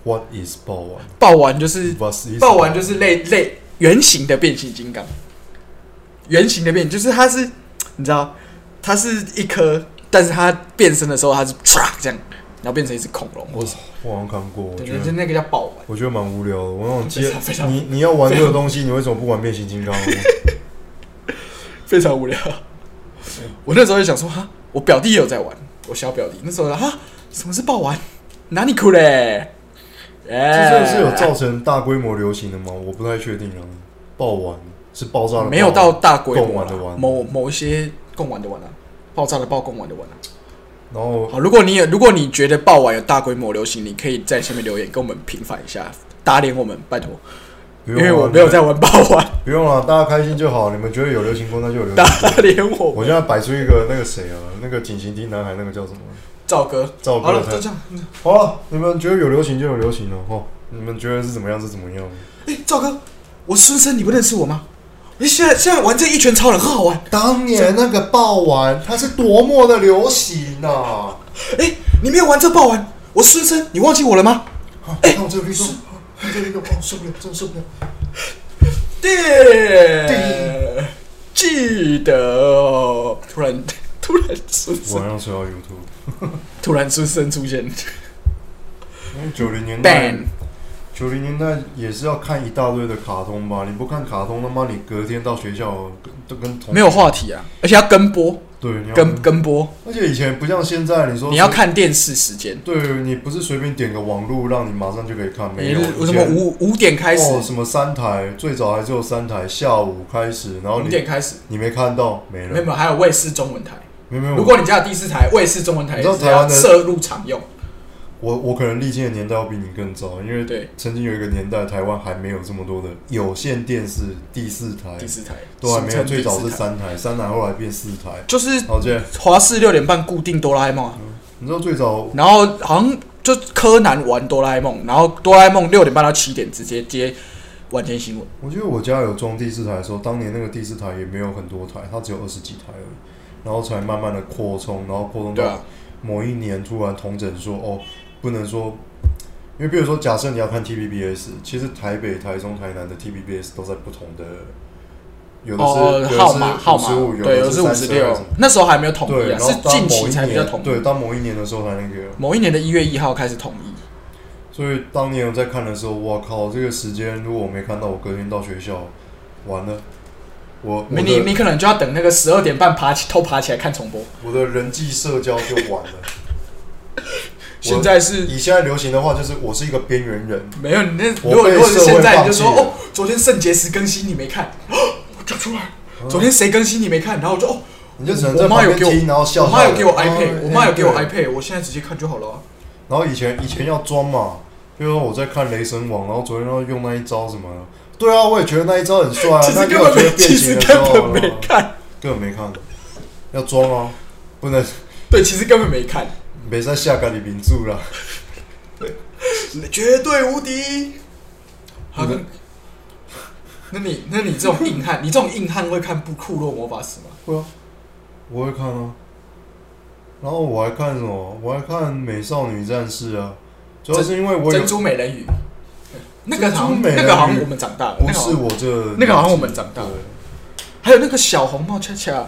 Speaker 3: ，What is 爆丸
Speaker 2: 爆丸就是
Speaker 3: ？What is
Speaker 2: 爆丸就是类类圆形的变形金刚，圆形的变就是它是你知道，它是一颗，但是它变身的时候它是唰这样，然后变成一只恐龙。
Speaker 3: 我我好像看过，我
Speaker 2: 对
Speaker 3: 觉
Speaker 2: 对，就
Speaker 3: 得
Speaker 2: 那个叫爆丸。
Speaker 3: 我觉得蛮无聊的。我那种
Speaker 2: 非
Speaker 3: 接
Speaker 2: 常非常
Speaker 3: 你你要玩这个东西，你为什么不玩变形金刚呢？
Speaker 2: 非常无聊。 <laughs> 我那时候就想说，哈，我表弟也有在玩，我小表弟那时候哈，什么是爆玩？哪里哭嘞？<laughs>
Speaker 3: 这
Speaker 2: 哎
Speaker 3: 真的是有造成大规模流行的吗？我不太确定啊。爆丸是爆炸的爆，
Speaker 2: 没有到大规
Speaker 3: 共
Speaker 2: 模
Speaker 3: 玩
Speaker 2: 啦
Speaker 3: 的玩
Speaker 2: 某某一些共玩的玩啊，爆炸的爆共玩的玩啊。
Speaker 3: 然后
Speaker 2: 好，如果你有，如果你觉得爆玩有大规模流行，你可以在下面留言跟我们平反一下，打脸我们，拜托，
Speaker 3: 不
Speaker 2: 因
Speaker 3: 用
Speaker 2: 为
Speaker 3: 啊
Speaker 2: 我没有在玩爆玩，
Speaker 3: 不用了，大家开心就好。你们觉得有流行过，那就有流行
Speaker 2: 打
Speaker 3: 过。
Speaker 2: 脸我
Speaker 3: 我
Speaker 2: 们。
Speaker 3: 现在摆出一个那个谁啊，那个紧行町男孩，那个叫什么？
Speaker 2: 赵哥，
Speaker 3: 赵哥
Speaker 2: 好了，
Speaker 3: 他
Speaker 2: 就这样。
Speaker 3: 好了，你们觉得有流行就有流行了哦。你们觉得是怎么样是怎么样？
Speaker 2: 哎，赵哥，我孙生，你不认识我吗？你现在现在玩这一拳超人很好玩。
Speaker 3: 当年那个爆丸，它是多么的流行啊！
Speaker 2: 哎、你没有玩这爆丸，我孙生，你忘记我了吗？
Speaker 3: 哎，看我这个绿豆，看这个绿豆，哦，受不了，真的受不了。
Speaker 2: 对，记得哦。突然，突然孙
Speaker 3: 晚
Speaker 2: 生，
Speaker 3: 上睡到 YouTube。
Speaker 2: 突然孙生出现。
Speaker 3: 因为九零年代
Speaker 2: Bang，
Speaker 3: 九零年代也是要看一大堆的卡通吧？你不看卡通，他妈你隔天到学校跟都跟同
Speaker 2: 没有话题啊，而且要跟播，
Speaker 3: 对，你要
Speaker 2: 跟跟播，
Speaker 3: 而且以前不像现在，你说
Speaker 2: 你要，看电视时间，
Speaker 3: 对你不是随便点个网络让你马上就可以看，没有
Speaker 2: 你是
Speaker 3: 以
Speaker 2: 什
Speaker 3: 前
Speaker 2: 么五五点开始，
Speaker 3: 哦，什么三台，最早还只有三台，下午开始，然后
Speaker 2: 五点
Speaker 3: 你
Speaker 2: 开始，
Speaker 3: 你没看到，没了，
Speaker 2: 没有没有，还有卫视中文台。
Speaker 3: 没有没有。
Speaker 2: 如果你家有第四台，卫视中文台也
Speaker 3: 你知道
Speaker 2: 是
Speaker 3: 台湾
Speaker 2: 要
Speaker 3: 的
Speaker 2: 摄入常用。
Speaker 3: 我我可能历经的年代要比你更早，因为
Speaker 2: 对
Speaker 3: 曾经有一个年代，台湾还没有这么多的有线电视，第四台
Speaker 2: 第四台，
Speaker 3: 都还哎啊没有，
Speaker 2: 俗称
Speaker 3: 最早
Speaker 2: 第
Speaker 3: 是
Speaker 2: 四台，
Speaker 3: 三哦台，三台后来变四台，
Speaker 2: 就是
Speaker 3: 然后现在
Speaker 2: 华视六点半固定哆啦 A 梦啊。
Speaker 3: 你知道最早
Speaker 2: 然后好像就柯南玩哆啦 A 梦，然后哆啦 A 梦六点半到七点直接接晚间新闻，
Speaker 3: 我觉得我家有装第四台的时候，当年那个第四台也没有很多台，它只有二十几台而已，然后才慢慢的扩充，然后扩充
Speaker 2: 对
Speaker 3: 到
Speaker 2: 啊
Speaker 3: 某一年突然同整说，哦，不能说，因为比如说假设你要看 TVBS，其实台北、台中、台南的 TVBS 都在不同的，有的是、
Speaker 2: 哦，号码号码
Speaker 3: 十五，
Speaker 2: 对，有
Speaker 3: 的
Speaker 2: 的是
Speaker 3: 五
Speaker 2: 五
Speaker 3: 十
Speaker 2: 十六，那时候还没有统
Speaker 3: 对，
Speaker 2: 一啊，
Speaker 3: 然
Speaker 2: 是
Speaker 3: 后当
Speaker 2: 近
Speaker 3: 某
Speaker 2: 期
Speaker 3: 一
Speaker 2: 才比较统
Speaker 3: 年，对，
Speaker 2: 一。
Speaker 3: 当某一年的时候才那个，
Speaker 2: 某一年的一月一号开始统一，
Speaker 3: 所以当年我在看的时候，我靠，这个时间如果我没看到，我隔天到学校，完了。我我
Speaker 2: 你
Speaker 3: 的
Speaker 2: 你你可能就要等那个十二点半爬起偷爬起来看重播。
Speaker 3: 我的人际社交就完了。
Speaker 2: <laughs> 现在是
Speaker 3: 以现在流行的话，就是我是一个边缘人，
Speaker 2: 没有你那
Speaker 3: 我
Speaker 2: 如果
Speaker 3: 被
Speaker 2: 如果是
Speaker 3: 社会
Speaker 2: 现在
Speaker 3: 放
Speaker 2: 你就说
Speaker 3: 弃了
Speaker 2: 哦，昨天肾结石更新你没看，哦我讲出来，昨天谁更新你没看，然后我就哦。
Speaker 3: 嗯你就只能
Speaker 2: 我
Speaker 3: 在旁
Speaker 2: 妈有
Speaker 3: 边
Speaker 2: 给我
Speaker 3: 听，然后笑
Speaker 2: 我
Speaker 3: 笑的。
Speaker 2: 妈有给我
Speaker 3: 啊
Speaker 2: iPad，我妈有给我。
Speaker 3: 哎对
Speaker 2: iPad，我现在直接看就好了啊。
Speaker 3: 然后以前以前要装嘛，比如说我在看《雷神王》，然后昨天要用那一招什么。对啊，我也觉得那一招很帅啊。
Speaker 2: 其实
Speaker 3: 那天
Speaker 2: 根本
Speaker 3: 我觉
Speaker 2: 没
Speaker 3: 得，变
Speaker 2: 其
Speaker 3: 形
Speaker 2: 实
Speaker 3: 的时
Speaker 2: 根
Speaker 3: 候
Speaker 2: 本没
Speaker 3: 啊，
Speaker 2: 看，
Speaker 3: 根本没看，要装啊，不能
Speaker 2: 对，其实根本没看，
Speaker 3: 没在下咖喱名
Speaker 2: <laughs>
Speaker 3: 著啦。
Speaker 2: 绝对无敌。好
Speaker 3: 你
Speaker 2: 的
Speaker 3: 的，
Speaker 2: 那你那你这种硬汉，你这种硬汉会看不库洛魔法使吗？
Speaker 3: 会啊，我会看啊。然后我还看什么？我还看《美少女战士》啊，主要是因为我有
Speaker 2: 珍珠美人鱼，那个好像
Speaker 3: 珍珠美人鱼
Speaker 2: 那个好像我们长大了，
Speaker 3: 不
Speaker 2: 那个好
Speaker 3: 是
Speaker 2: 像
Speaker 3: 我这
Speaker 2: 那个好像我们长大了
Speaker 3: 对
Speaker 2: 还有那个小红帽恰恰，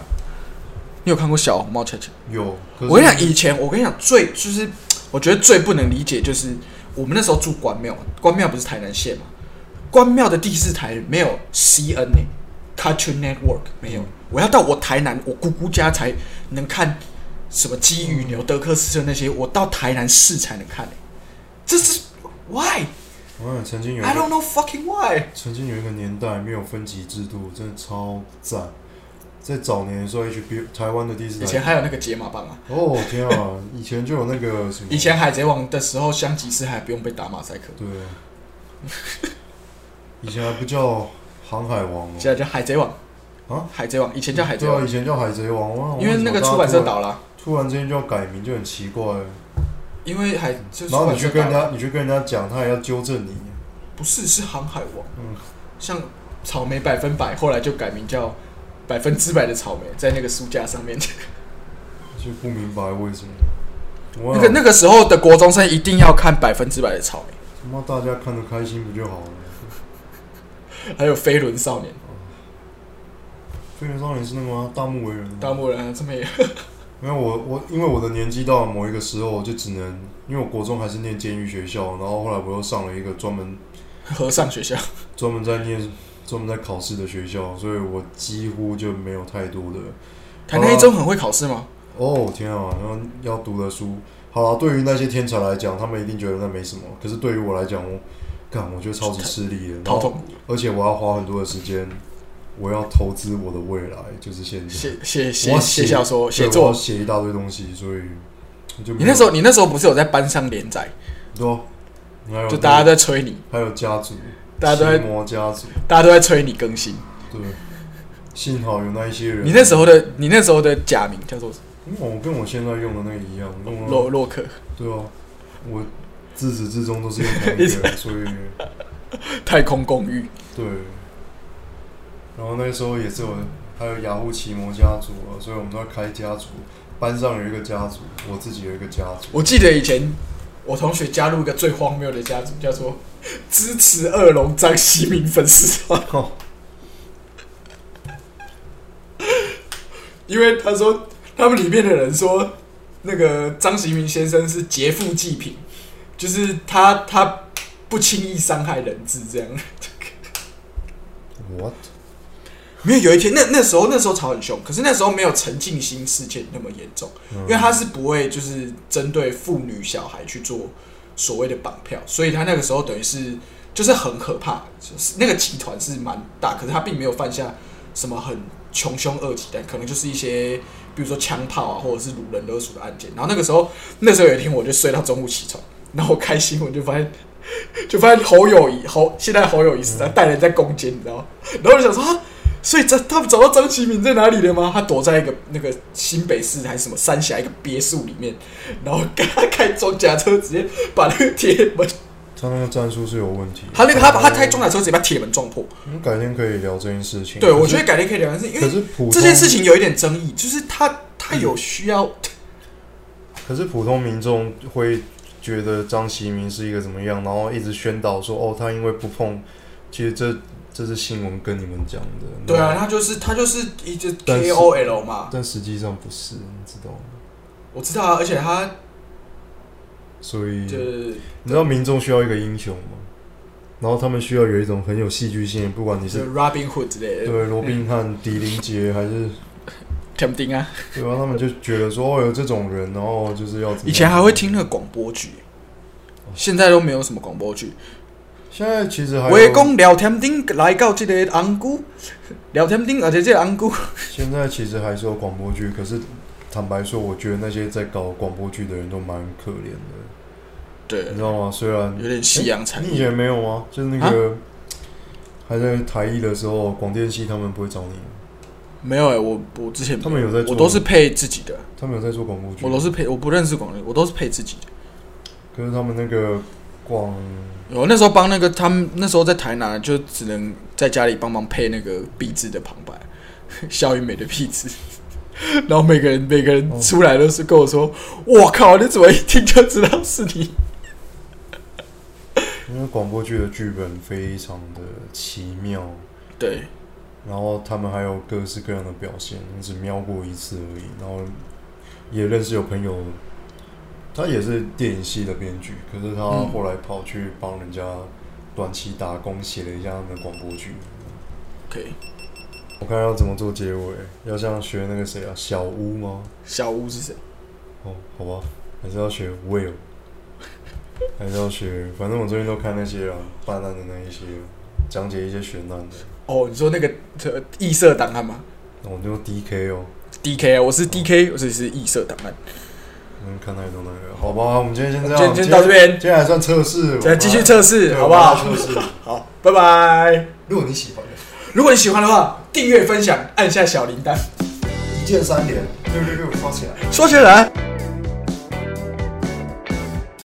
Speaker 2: 你有看过小红帽恰恰？
Speaker 3: 有。可是
Speaker 2: 我跟你讲，以前我跟你讲最就是，我觉得最不能理解就是我们那时候住关庙，关庙不是台南县嘛，关庙的第四台没有 CN 呢、Cartoon Network 没有，我要到我台南我姑姑家才能看什么基鱼牛、德克士车那些，我到台南市才能看、欸，这是 Why
Speaker 3: 我跟你讲曾经有一
Speaker 2: I don't
Speaker 3: 个
Speaker 2: know fucking why。
Speaker 3: 曾经有一个年代没有分级制度，真的超赞。在早年的时候，HBO 台湾的第四
Speaker 2: 以
Speaker 3: 台
Speaker 2: 前还有那个解码棒啊，
Speaker 3: 哦天啊，以前就有那个什么，
Speaker 2: 以前海贼王的时候，香吉士还不用被打马赛克，
Speaker 3: 对，以前还不叫航海王哦
Speaker 2: 现，在叫海贼王
Speaker 3: 啊，
Speaker 2: 海贼王以前叫海贼
Speaker 3: 对啊，
Speaker 2: 王
Speaker 3: 以，前叫海贼王啊，
Speaker 2: 因为那个出版社倒了啊。
Speaker 3: 突然之间就要改名就很奇怪，
Speaker 2: 因为还就是
Speaker 3: 然后你去跟
Speaker 2: 出
Speaker 3: 人
Speaker 2: 版社
Speaker 3: 家
Speaker 2: 打
Speaker 3: 你去跟人家讲，他也要纠正你，
Speaker 2: 不是是航海王，
Speaker 3: 嗯
Speaker 2: 像草莓百分百，后来就改名叫百分之百的草莓，在那个书架上面。
Speaker 3: 就不明白为什么。我
Speaker 2: 那个那个时候的国中生一定要看百分之百的草莓，
Speaker 3: 他妈大家看得开心不就好了？
Speaker 2: 还有飞轮少年。
Speaker 3: 飞飞轮少年是那个吗？大木为人吗？
Speaker 2: 大木人啊，这么也 <laughs>
Speaker 3: 没有我我，因为我的年纪到了某一个时候，我就只能，因为我国中还是念监狱学校，然后后来我又上了一个专门
Speaker 2: 和尚学校，
Speaker 3: 专门在念专门在考试的学校，所以我几乎就没有太多的
Speaker 2: 台南一中很会考试吗？
Speaker 3: 哦天啊，然后要读的书。好了，对于那些天才来讲，他们一定觉得那没什么，可是对于我来讲，我干，我觉得超级吃力的，然
Speaker 2: 陶
Speaker 3: 后
Speaker 2: 桶，
Speaker 3: 而且我要花很多的时间，我要投资我的未来，就是现在。
Speaker 2: 写写写
Speaker 3: 我要
Speaker 2: 写小说、
Speaker 3: 对
Speaker 2: 写
Speaker 3: 我要
Speaker 2: 作。
Speaker 3: 写一大堆东西，所以我就没
Speaker 2: 你
Speaker 3: 有
Speaker 2: 那时候，你那时候不是有在班上连载，
Speaker 3: 对啊、还有
Speaker 2: 就大家都在催你，
Speaker 3: 还有家族，
Speaker 2: 大家都在
Speaker 3: 心魔家族，
Speaker 2: 大家都在催你更新。
Speaker 3: 对，幸好有啊那一些人。
Speaker 2: 你那时候的，你那时候的假名叫做
Speaker 3: 嗯，我跟我现在用的那个一样，用
Speaker 2: 洛
Speaker 3: 了
Speaker 2: 洛克，
Speaker 3: 对啊，我自始至终都是用
Speaker 2: <laughs>
Speaker 3: 同一个人，所以
Speaker 2: 太空公寓。
Speaker 3: 对。然后那时候也是有，还有雅虎奇摩家族啊，所以我们都要开家族，班上有一个家族，我自己有一个家族。
Speaker 2: 我记得以前我同学加入一个最荒谬的家族，叫做“支持二龙张喜明粉丝团”，
Speaker 3: 哦
Speaker 2: <laughs> 因为他说他们里面的人说，那个张喜明先生是劫富济贫，就是他他不轻易伤害人质这样。
Speaker 3: What？
Speaker 2: 没有，有一天那那时候那时候吵很凶，可是那时候没有陈静心事件那么严重，因为他是不会就是针对妇女小孩去做所谓的绑票，所以他那个时候等于是就是很可怕，就是那个集团是蛮大，可是他并没有犯下什么很穷凶恶极，但可能就是一些比如说枪炮啊，或者是掳人勒索的案件。然后那个时候那时候有一天我就睡到中午起床，然后我开新闻就发现。就发现侯友谊侯现在侯友谊
Speaker 3: 嗯
Speaker 2: 是在带人在攻坚，你知道吗？然后我就想说，啊所以这他们找到张其明在哪里了吗？他躲在一个那个新北市还是什么三峡一个别墅里面，然后跟他开装甲车直接把那个铁门，
Speaker 3: 他那个战术是有问题。
Speaker 2: 他那个他把他开装甲车直接把铁门撞破。
Speaker 3: 我们改天可以聊这件事情。
Speaker 2: 对，
Speaker 3: 可是
Speaker 2: 我觉得改天可以聊一下，因
Speaker 3: 嗯可是
Speaker 2: 为
Speaker 3: 普通
Speaker 2: 这件事，情有一点争议，就是他他有需要，
Speaker 3: 嗯可是普通民众会觉得张其明是一个怎么样，然后一直宣导说哦，他因为不碰，其实这这是新闻跟你们讲的。
Speaker 2: 对啊，，他就是他就是一只
Speaker 3: 但是
Speaker 2: KOL 嘛，
Speaker 3: 但实际上不是，你知道吗？
Speaker 2: 我知道啊，而且他
Speaker 3: 所以
Speaker 2: 就
Speaker 3: 你知道民众需要一个英雄吗？然后他们需要有一种很有戏剧性，不管你
Speaker 2: 就是 Robin Hood 之类的，
Speaker 3: 对罗宾汉、狄林杰还是
Speaker 2: 肯定啊，
Speaker 3: 对啊，他们就觉得说哦有这种人，然后就是要怎么样
Speaker 2: 以前还会听那个广播剧，
Speaker 3: 哦
Speaker 2: 现在都没有什么广播剧。
Speaker 3: 现在其实还有
Speaker 2: 围攻聊天顶来到这个红姑， <laughs> 聊天顶，而且这个红姑，
Speaker 3: 现在其实还是有广播剧，可是坦白说，我觉得那些在搞广播剧的人都蛮可怜的，
Speaker 2: 对
Speaker 3: 你，知道吗？虽然
Speaker 2: 有点西洋产
Speaker 3: 嗯哎你以
Speaker 2: 业。
Speaker 3: 前没有吗？就是那个、
Speaker 2: 啊
Speaker 3: 还在台艺的时候，广电系他们不会找你吗，
Speaker 2: 没有哎、我我之前
Speaker 3: 他们有在做
Speaker 2: 我都是配自己的，
Speaker 3: 他们有在做广播剧，
Speaker 2: 我都是配，我不认识广人，我都是配自己的。
Speaker 3: 可是他们那个广
Speaker 2: 我那时候帮那个他们那时候在台南，就只能在家里帮忙配那个壁纸的旁白， <laughs> 肖云美的壁纸。 <laughs> 然后每个人每个
Speaker 3: 哦
Speaker 2: 人出来都是跟我说：“我靠，你怎么一听就知道是你
Speaker 3: 因为广播剧的剧本非常的奇妙，？”
Speaker 2: 对，
Speaker 3: 然后他们还有各式各样的表现，你只瞄过一次而已。然后也认识有朋友，他也是电影系的编剧，可是他
Speaker 2: 嗯
Speaker 3: 后来跑去帮人家短期打工，写了一下他们的广播剧。
Speaker 2: 可以。
Speaker 3: 我看要怎么做结尾，要像学那个谁啊，小屋吗？
Speaker 2: 小屋是谁？
Speaker 3: 哦，好吧，还是要学 Will，还是要学，反正我最近都看那些啊，办案的那一些，讲解一些悬案的，
Speaker 2: 哦，你说那个呃异色档案吗？
Speaker 3: 那我就 DK 哦。
Speaker 2: D K，我啊是 D K，我只是异色档案。
Speaker 3: 嗯，看太多那个，好吧，我们今天先这样，
Speaker 2: 今天先到这边
Speaker 3: 今天还算测试，
Speaker 2: 再继续测试，
Speaker 3: 对
Speaker 2: 好不好
Speaker 3: 我？们来测试。
Speaker 2: 好，拜拜。
Speaker 3: 如果你喜欢的，
Speaker 2: 如果你喜欢的话，订阅、分享，按下小铃铛，
Speaker 3: 一键三连，六六六刷起来。
Speaker 2: 说起来。